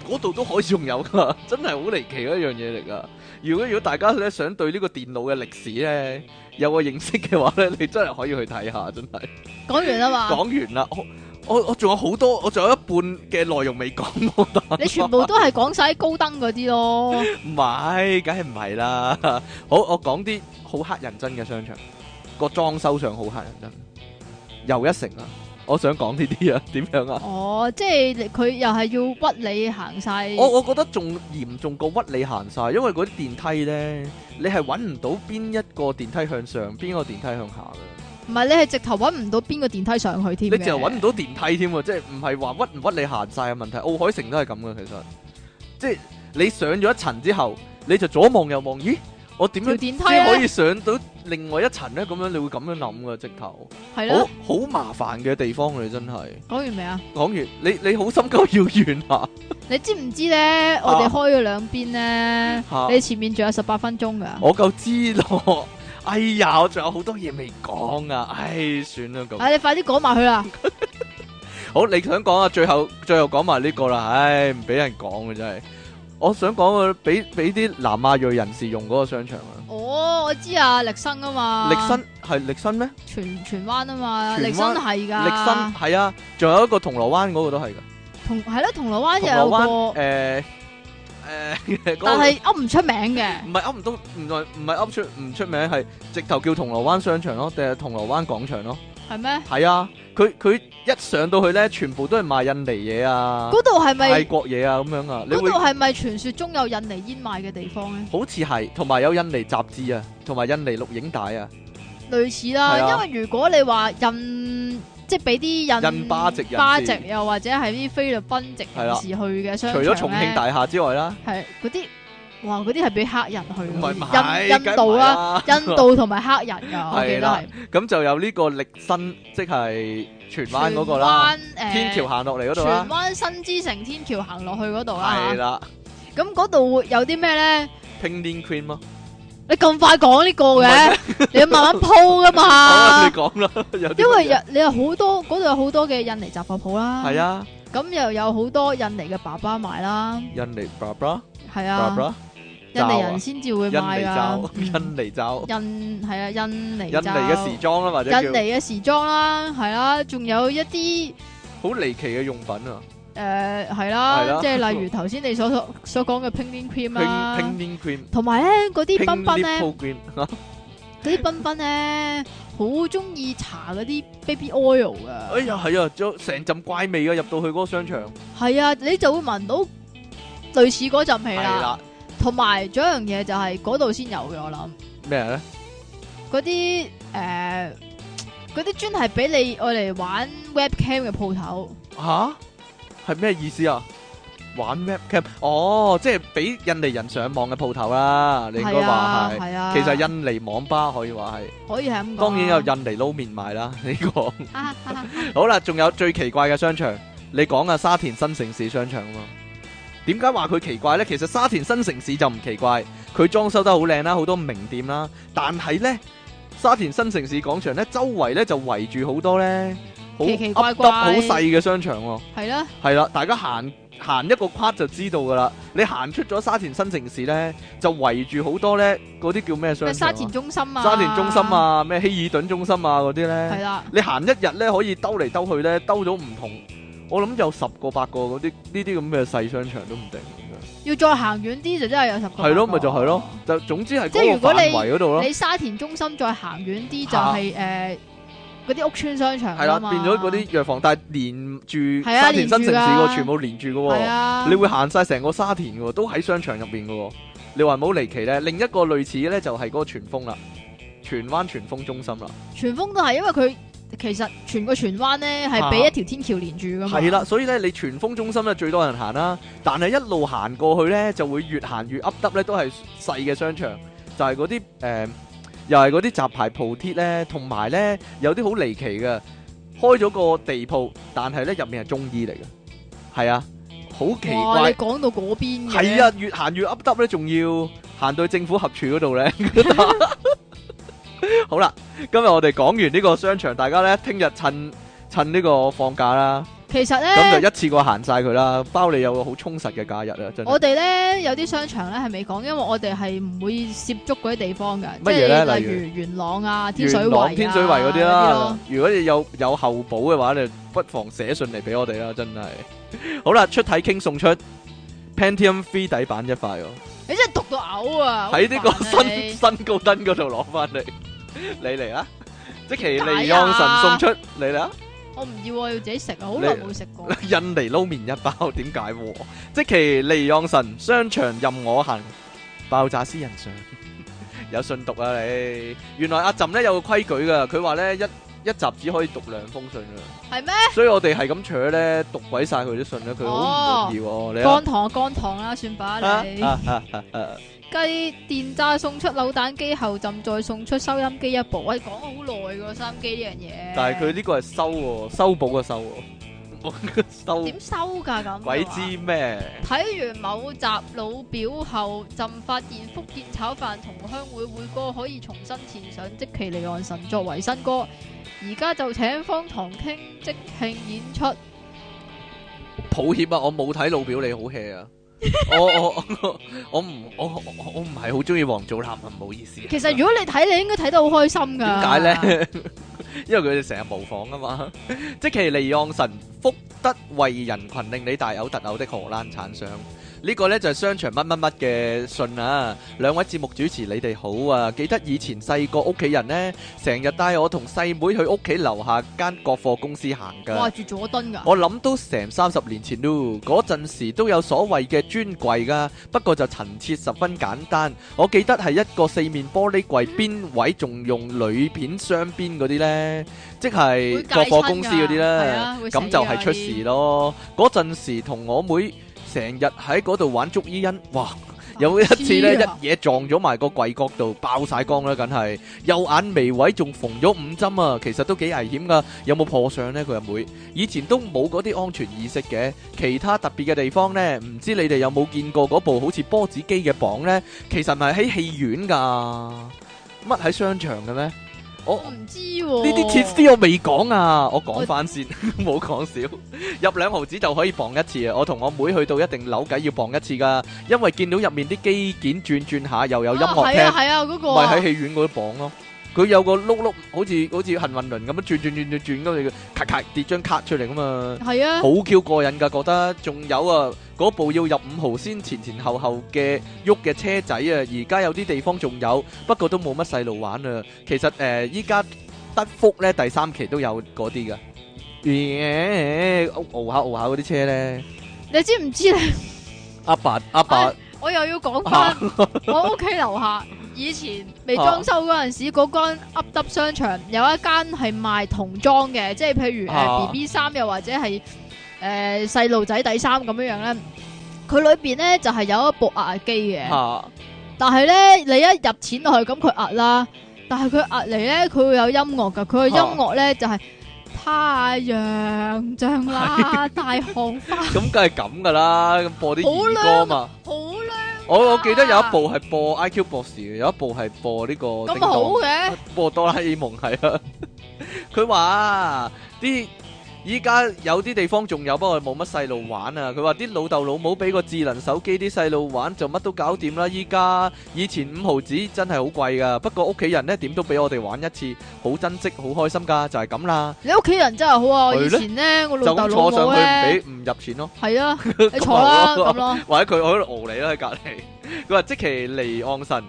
嗰度都可以仲有 噶，真係好離奇嘅一樣嘢嚟噶。如果如果大家咧想對呢個電腦嘅歷史咧有個認識嘅話咧，你真係可以去睇下，真係。
講完啦 嘛，
講完啦，我我我仲有好多，我仲有一半嘅內容未講喎，但
你全部都係講晒高登嗰啲 咯，
唔係，梗係唔係啦。 好，我講啲好黑人憎嘅商場，個裝修上好黑人憎，又一城啊！我想講呢啲啊， 點樣啊？
哦，即係你佢又係要屈你行晒，
我我覺得仲嚴重過屈你行晒，因為嗰啲電梯呢，你係揾唔到邊一個電梯向上，邊個電梯向下嘅。
唔係你係直頭搵唔到邊個電梯上去添嘅，
你就揾唔到電梯添喎，即係唔係話屈唔屈你行晒嘅問題。奧海城都係咁嘅，其實即係你上咗一層之後，你就左望右望，咦，我點
條
樣
電梯啊
先可
咧
以，上到另外一層咧，咁樣你會咁樣諗噶，直頭
係
好
咯，
好麻煩嘅地方你真係
講完未啊？
講完，你你好心急要完啊
你知唔知咧？我哋開咗兩邊咧，
吓，
你前面仲有十八分鐘噶。
我夠知咯，哎呀，我仲有好多嘢未講啊，唉，算啦咁，
啊！你快啲講埋佢啦，
好你想講啊，最後最後講埋呢個啦，唉，唔俾人講嘅真係，我想講啊，俾俾啲南亞裔人士用嗰個商場啊，
哦，我知啊，力生啊嘛，
力新係力新咩？
荃荃灣啊嘛，
荃灣
力生係
力新
噶，
係啊，仲有一個銅鑼灣嗰個都係噶。
同係咯，銅鑼灣
銅
又有
鑼灣
個
誒 诶，嗰個
但係噏唔出名嘅，
唔係噏唔到，唔係唔係噏出唔出名，係直頭叫銅鑼灣商場咯，定係銅鑼灣廣場咯。
係咩？
係啊，佢佢一上到去咧，全部都係賣印尼嘢啊、
嗰度係
泰
咪？
國嘢啊咁樣啊，你
嗰
會
度係咪傳說中有印尼煙賣嘅地方咧？
好似係，同埋有印尼雜誌啊，同埋印尼錄影帶啊，
類似啦，
係啊
因為如果你話印即係俾啲印
印巴籍人士
巴籍又或者係啲菲律賓籍
係
人
啦
士去嘅商
除
場
咗重慶大廈之外啦，
係嗰啲，哇嗰啲係俾黑人去
唔
嘅，
係
印
買
印度啦，
啦
印度同埋黑人㗎，我記
係
得
啦
係。
咁就有呢個力新，即係荃灣嗰個啦，
荃灣，誒
天橋行落嚟嗰度
荃
啦，
灣新之城天橋行落去嗰度
係
啦，
啦
咁嗰度會有啲咩咧？
，Pink Cream 咯，
你咁快講呢個
唔係
嘅，你要慢慢鋪噶
好啊，
嘛
你。講啦， 有啲
因
乜
為
嘢
有你有好多嗰度有好多嘅印尼雜貨鋪啦，
係，啊，
咁又有好多印尼嘅爸爸賣啦，
印尼 bra bra
係
bra
啊，
bra，
印尼人先至會
印尼
賣
罩
噶，，
印尼罩，
印係啊，印尼
印尼
罩
嘅時裝啦，或者
印
叫
尼嘅時裝啦，係啦，仲有一啲
好離奇嘅用品啊
誒呃係
係啦
啦，即係例如頭先你所所所講嘅 Pink Cream 啦。
，Pink Pink Cream。
同埋咧，嗰啲
Pink
賓
Lip
賓咧，
Pro Green，嚇
嗰啲賓賓咧，好中意搽嗰啲 baby oil
哎
噶。
呀係啊，仲有成陣怪味啊！入到去嗰個商場，
係啊，你就會聞到類似嗰陣味
係
啦。
啦，
同埋仲有一樣嘢就係嗰度先有嘅，我諗
咩啊咧？
嗰啲誒嗰啲專係俾你愛嚟玩 webcam 嘅鋪頭，
吓？係咩意思啊？玩 webcam 哦，即係俾印尼人上網嘅鋪頭啦，你應該
係啊
話係。
係啊，
其實印尼網吧可以話係，
可以係咁講。
當然有印尼撈麵賣啦。呢個
啊啊啊
好啦，仲有最奇怪嘅商場，你講啊沙田新城市商場啊嘛。點解話佢奇怪呢？其實沙田新城市就唔奇怪，佢裝修得好靚啦，好多名店啦。但係呢，沙田新城市廣場呢，周圍呢就圍住好多呢，好
奇奇怪
噏得好
怪
細嘅商場喎。
係啦，
係啦，大家行行一個跨就知道噶啦。你行出咗沙田新城市呢，就圍住好多呢嗰啲叫咩商場、
咩
啊？
沙田中心啊，
沙田中心，啊，咩希爾頓中心啊嗰啲
係
呢。
啦，
你行一日呢，可以兜嚟兜去呢，兜到唔同。我諗有十個八個嗰啲呢啲咁嘅細商場都唔定咁
要再行遠啲就真係有十個。啊
樣。係咯，咪就係咯。，就總之係
即係
嗰個
如果你
範圍嗰度咯。
你沙田中心再行遠啲就係誒嗰啲屋村商場
係啦，
啊嘛
變咗嗰啲藥房，但係連住
係啊
沙田新城市
連住
個
㗎
全部連住嘅喎
係。啊，
你會行晒成個沙田嘅喎，都喺商場入邊嘅喎。你話唔好離奇咧，另一個類似嘅咧就係嗰個全峰啦，荃灣全峰中心啦，
全峰都係因為佢其實全個荃灣咧係俾一條天橋連住噶嘛，
係啦，所以咧你全峰中心咧最多人行啦，但係一路行過去咧就會越行越噏得咧，都係細嘅商場，就係嗰啲誒，又係嗰啲雜牌鋪貼咧，同埋咧有啲好離奇嘅，開咗個地鋪，但係咧入面係中醫嚟嘅，係啊，好奇
哇！
怪
你。講到嗰邊嘅，
係，啊，越行越噏耷咧，仲要行到政府合署嗰度咧。 好啦，今日我哋講完呢個商場，大家咧聽日趁趁呢個放假啦，
其實
咁
咧。
就一次過行晒佢啦，包你有個好充實嘅假日啊！真
我
係
哋咧有啲商場咧係未講，因為我哋係唔會涉足嗰啲地方嘅，即
乜嘢呢
係
例如
如元朗啊、天水
元
圍
朗
啊、
天水圍嗰啲
咯
啦，，如果你有有後補嘅話，你不妨寫信嚟俾我哋啦，真係。好啦，出體傾送出 Pentium 3底板一塊喎。
你真係讀到嘔啊！
喺呢
個
個新新高登嗰度攞翻嚟，你嚟啦！即其利
點解
昂
啊
神送出你啦，
我唔要啊，要自己食啊，好耐
你
冇食過。
印尼撈麵一包，點解喎？即其利昂神商場任我行，爆炸私人相， 有信讀啊你！原來阿朕咧有個規矩噶，佢話咧一一集只可以讀兩封信噶，
係咩？
所以我哋係咁扯咧讀鬼晒佢啲信咧，佢好唔滿意喎。你啊
乾糖啊乾糖啦，算吧
啊
你。
啊啊啊啊
雞電炸送出扭蛋機後浸，再送出收音機一部。喂，講咗好耐噶收音機呢樣嘢。
但係佢呢個係收喎，修補個收喎， 收。
點收㗎咁？
鬼知。咩？
睇完某集老表後，朕發現福建炒飯同鄉會會歌可以重新填上即其離岸神作為新歌，而家就請方唐傾即興演出。
抱歉啊，我冇睇老表你好 hea 啊！我我我我唔我我我唔係好中意王祖藍啊，唔好意思啊。
其實如果你睇，你應該睇得好開心㗎。
點解咧？ 因為佢哋成日模仿啊嘛。即其利昂神福德為人群，令你大嘔特嘔的荷蘭產相。呢個呢就係商場乜乜乜嘅信啊！兩位節目主持，你哋好啊！記得以前細個屋企人呢，成日帶我同細妹去屋企樓下間國貨公司行
哇
㗎。
住佐敦噶，
我諗都成三十年前咯，嗰陣時都有所謂嘅專櫃㗎，不過就陳設十分簡單。我記得係一個四面玻璃櫃，邊位仲用鋁片雙邊嗰啲呢，即係
會戒
國貨
親
公司
㗎
嗰啲呢。
係啊會死
咁就
㗎
係出
啲
事咯。嗰陣時同我妹成日喺嗰度玩捉伊因，哇！有一次咧，
啊黐啊
一嘢撞咗埋個櫃角度，爆晒光啦，梗係右眼眉位仲縫咗五針啊，其實都幾危險噶。有冇破相呢？佢阿妹以前都冇嗰啲安全意識嘅。其他特別嘅地方呢，唔知你哋有冇見過嗰部好似波子機嘅磅呢？其實唔係喺戲院㗎，乜喺商場嘅咩？我
我唔知喎。
呢啲設施我未講啊，我講翻先， 冇講少。入兩毫子就可以磅一次啊！我同我妹去到一定扭計要磅一次噶，因為見到入面啲機件轉轉下，又有音樂
系啊
聽，
係啊嗰個
咪
啊
喺戲院嗰度磅咯。佢有個碌碌，好似好似幸運輪咁樣轉轉轉轉轉咁，你咔咔跌張卡出嚟噶嘛，
係啊，
好 Q 過癮噶，覺得。仲有啊，嗰部要入五毫先前前後後嘅喐嘅車仔啊，而家有啲地方仲有，不過都冇乜細路玩啦。其實誒，依家德福咧第三期都有嗰啲噶，耶，搖下搖下嗰啲車咧，
你知唔知咧？
阿伯阿伯
哎我又要講翻我屋企樓
啊
下以前未裝修嗰陣時，嗰間噏耷商場有一間係賣童裝嘅，即係譬如
啊
誒 B B 衫又或者係誒細路仔底衫咁樣樣咧。佢裏邊咧就係有一部壓壓機嘅，
嚇
但係咧你一入錢落去咁佢壓啦，但係佢壓嚟咧佢會有音樂噶，佢嘅音樂咧就係太陽像 啦，大紅花
咁梗係咁噶啦，咁播啲兒歌嘛。
好靚
我我記得有一部係播 IQ 博士嘅，有一部係播呢個
咁
叮
好
當
嘅。
播哆啦 A 夢係啊， 佢話啲依家有啲地方仲有，不過冇乜細路玩啊。佢話啲老豆老母俾個智能手機啲細路玩就乜都搞掂啦。依家以前五毫子真係好貴噶，不過屋企人呢點都俾我哋玩一次，好珍惜，好開心噶，就係咁啦。
你屋企人真係好啊！我以
係咧
前咧，我
就
老豆
咁坐
老
上
母
去唔俾
咧，
唔入錢咯，
係啊，你坐啦
咁啊
咁咯，
或者佢喺度熬你啦喺隔離。佢話即其離岸神。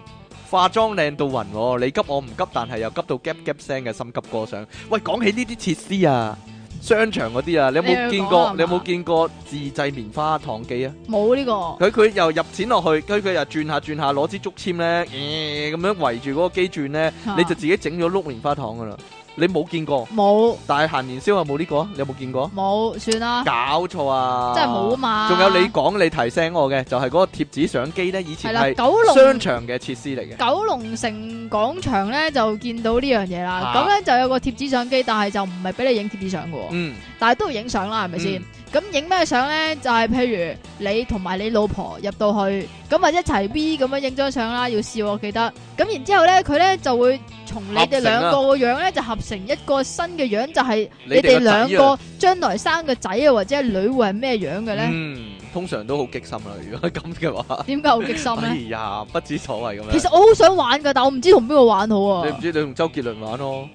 化妝靚到暈喎，你急我唔急，但係又急到 gap gap 聲嘅心急過上。喂，講起呢啲設施啊，商場嗰啲啊，你有冇
你要
見
講啊
過？
嘛
你有冇見過自製棉花糖機啊？
冇呢個
佢佢又入錢落去，跟住佢又轉下轉下，攞支竹籤咧，咦咁樣圍住嗰個機轉咧，
啊
你就自己整咗碌棉花糖噶啦。你冇見過？
冇
但係行年宵有冇呢個啊？你有冇見過啊？
冇算啦，
搞錯啊！
真係冇啊嘛。
仲有你講你提醒我嘅，就係、嗰個貼紙相機咧，以
係
前
啦，
係
九
商
龍
場嘅設施嚟嘅。
九龍城廣場咧就見到呢樣嘢啦。
啊
咁咧就有個貼紙相機，但係就唔係俾你影貼紙相嘅喎，
嗯，
但係都要影相啦，係咪先？咁影咩相咧？就係譬如你同埋你老婆入到去，咁啊一齊 V 咁樣影張相啦，要試我記得。咁然之後咧，佢咧就會從你哋
啊
兩個個樣咧就合成一個新嘅樣，就係、你哋
個仔啊
兩個將來生嘅仔啊或者係女會係咩樣嘅咧？
嗯，通常都好激心啦。如果係咁 嘅話，
點解好激心
哎
咧？
呀，不知所謂咁樣。
其實我好想玩噶，但我唔知同邊個玩好
你
啊
唔！知你同周杰倫玩咯，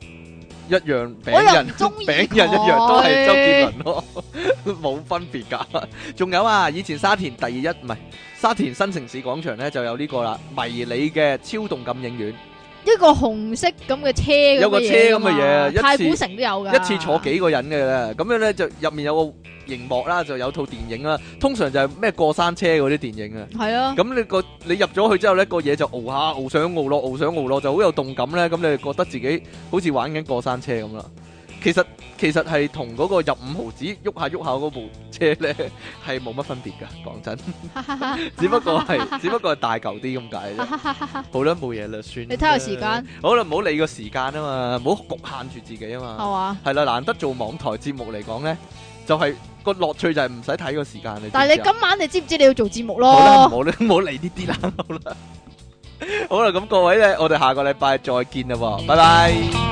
一樣
我
餅
又
人
唔中 意
餅人一樣都係周杰倫咯， 冇分別㗎。仲有啊，以前沙田第一唔係沙田新城市廣場咧就有呢個啦，迷你嘅超動感影院，
一個紅色咁嘅車咁嘅嘢㗎嘛，啊
有個車咁嘅嘢一次
太古城都有噶，
一次坐幾個人嘅咧，咁樣咧就入面有個熒幕啦，就有套電影啦，通常就係咩過山車嗰啲電影啊。
係啊，
咁你個你入咗去之後咧，個嘢就熬下熬上熬落熬上熬落，就好有動感咧。咁你就覺得自己好似玩緊過山車咁啦。其實其實係同嗰個入五毫子喐下喐下嗰部車咧係冇乜分別㗎，講 真，只不過係只不過係大嚿啲咁 解啫。好啦，冇嘢啦，算啦。
你睇下時間
好啦，唔好理個時間啊嘛，唔好局限住自己啊
係
嘛。
嘛？
係啦，難得做網台節目嚟講咧，就係、個樂趣就係唔使睇個時間。你知唔知啊
但係你今晚你知唔知你要做節目
好啦，唔
咯？
好啦， 唔好理呢啲啦，
嗯
好啦，好啦，咁各位咧，我哋下個禮拜再見啦喎，拜拜。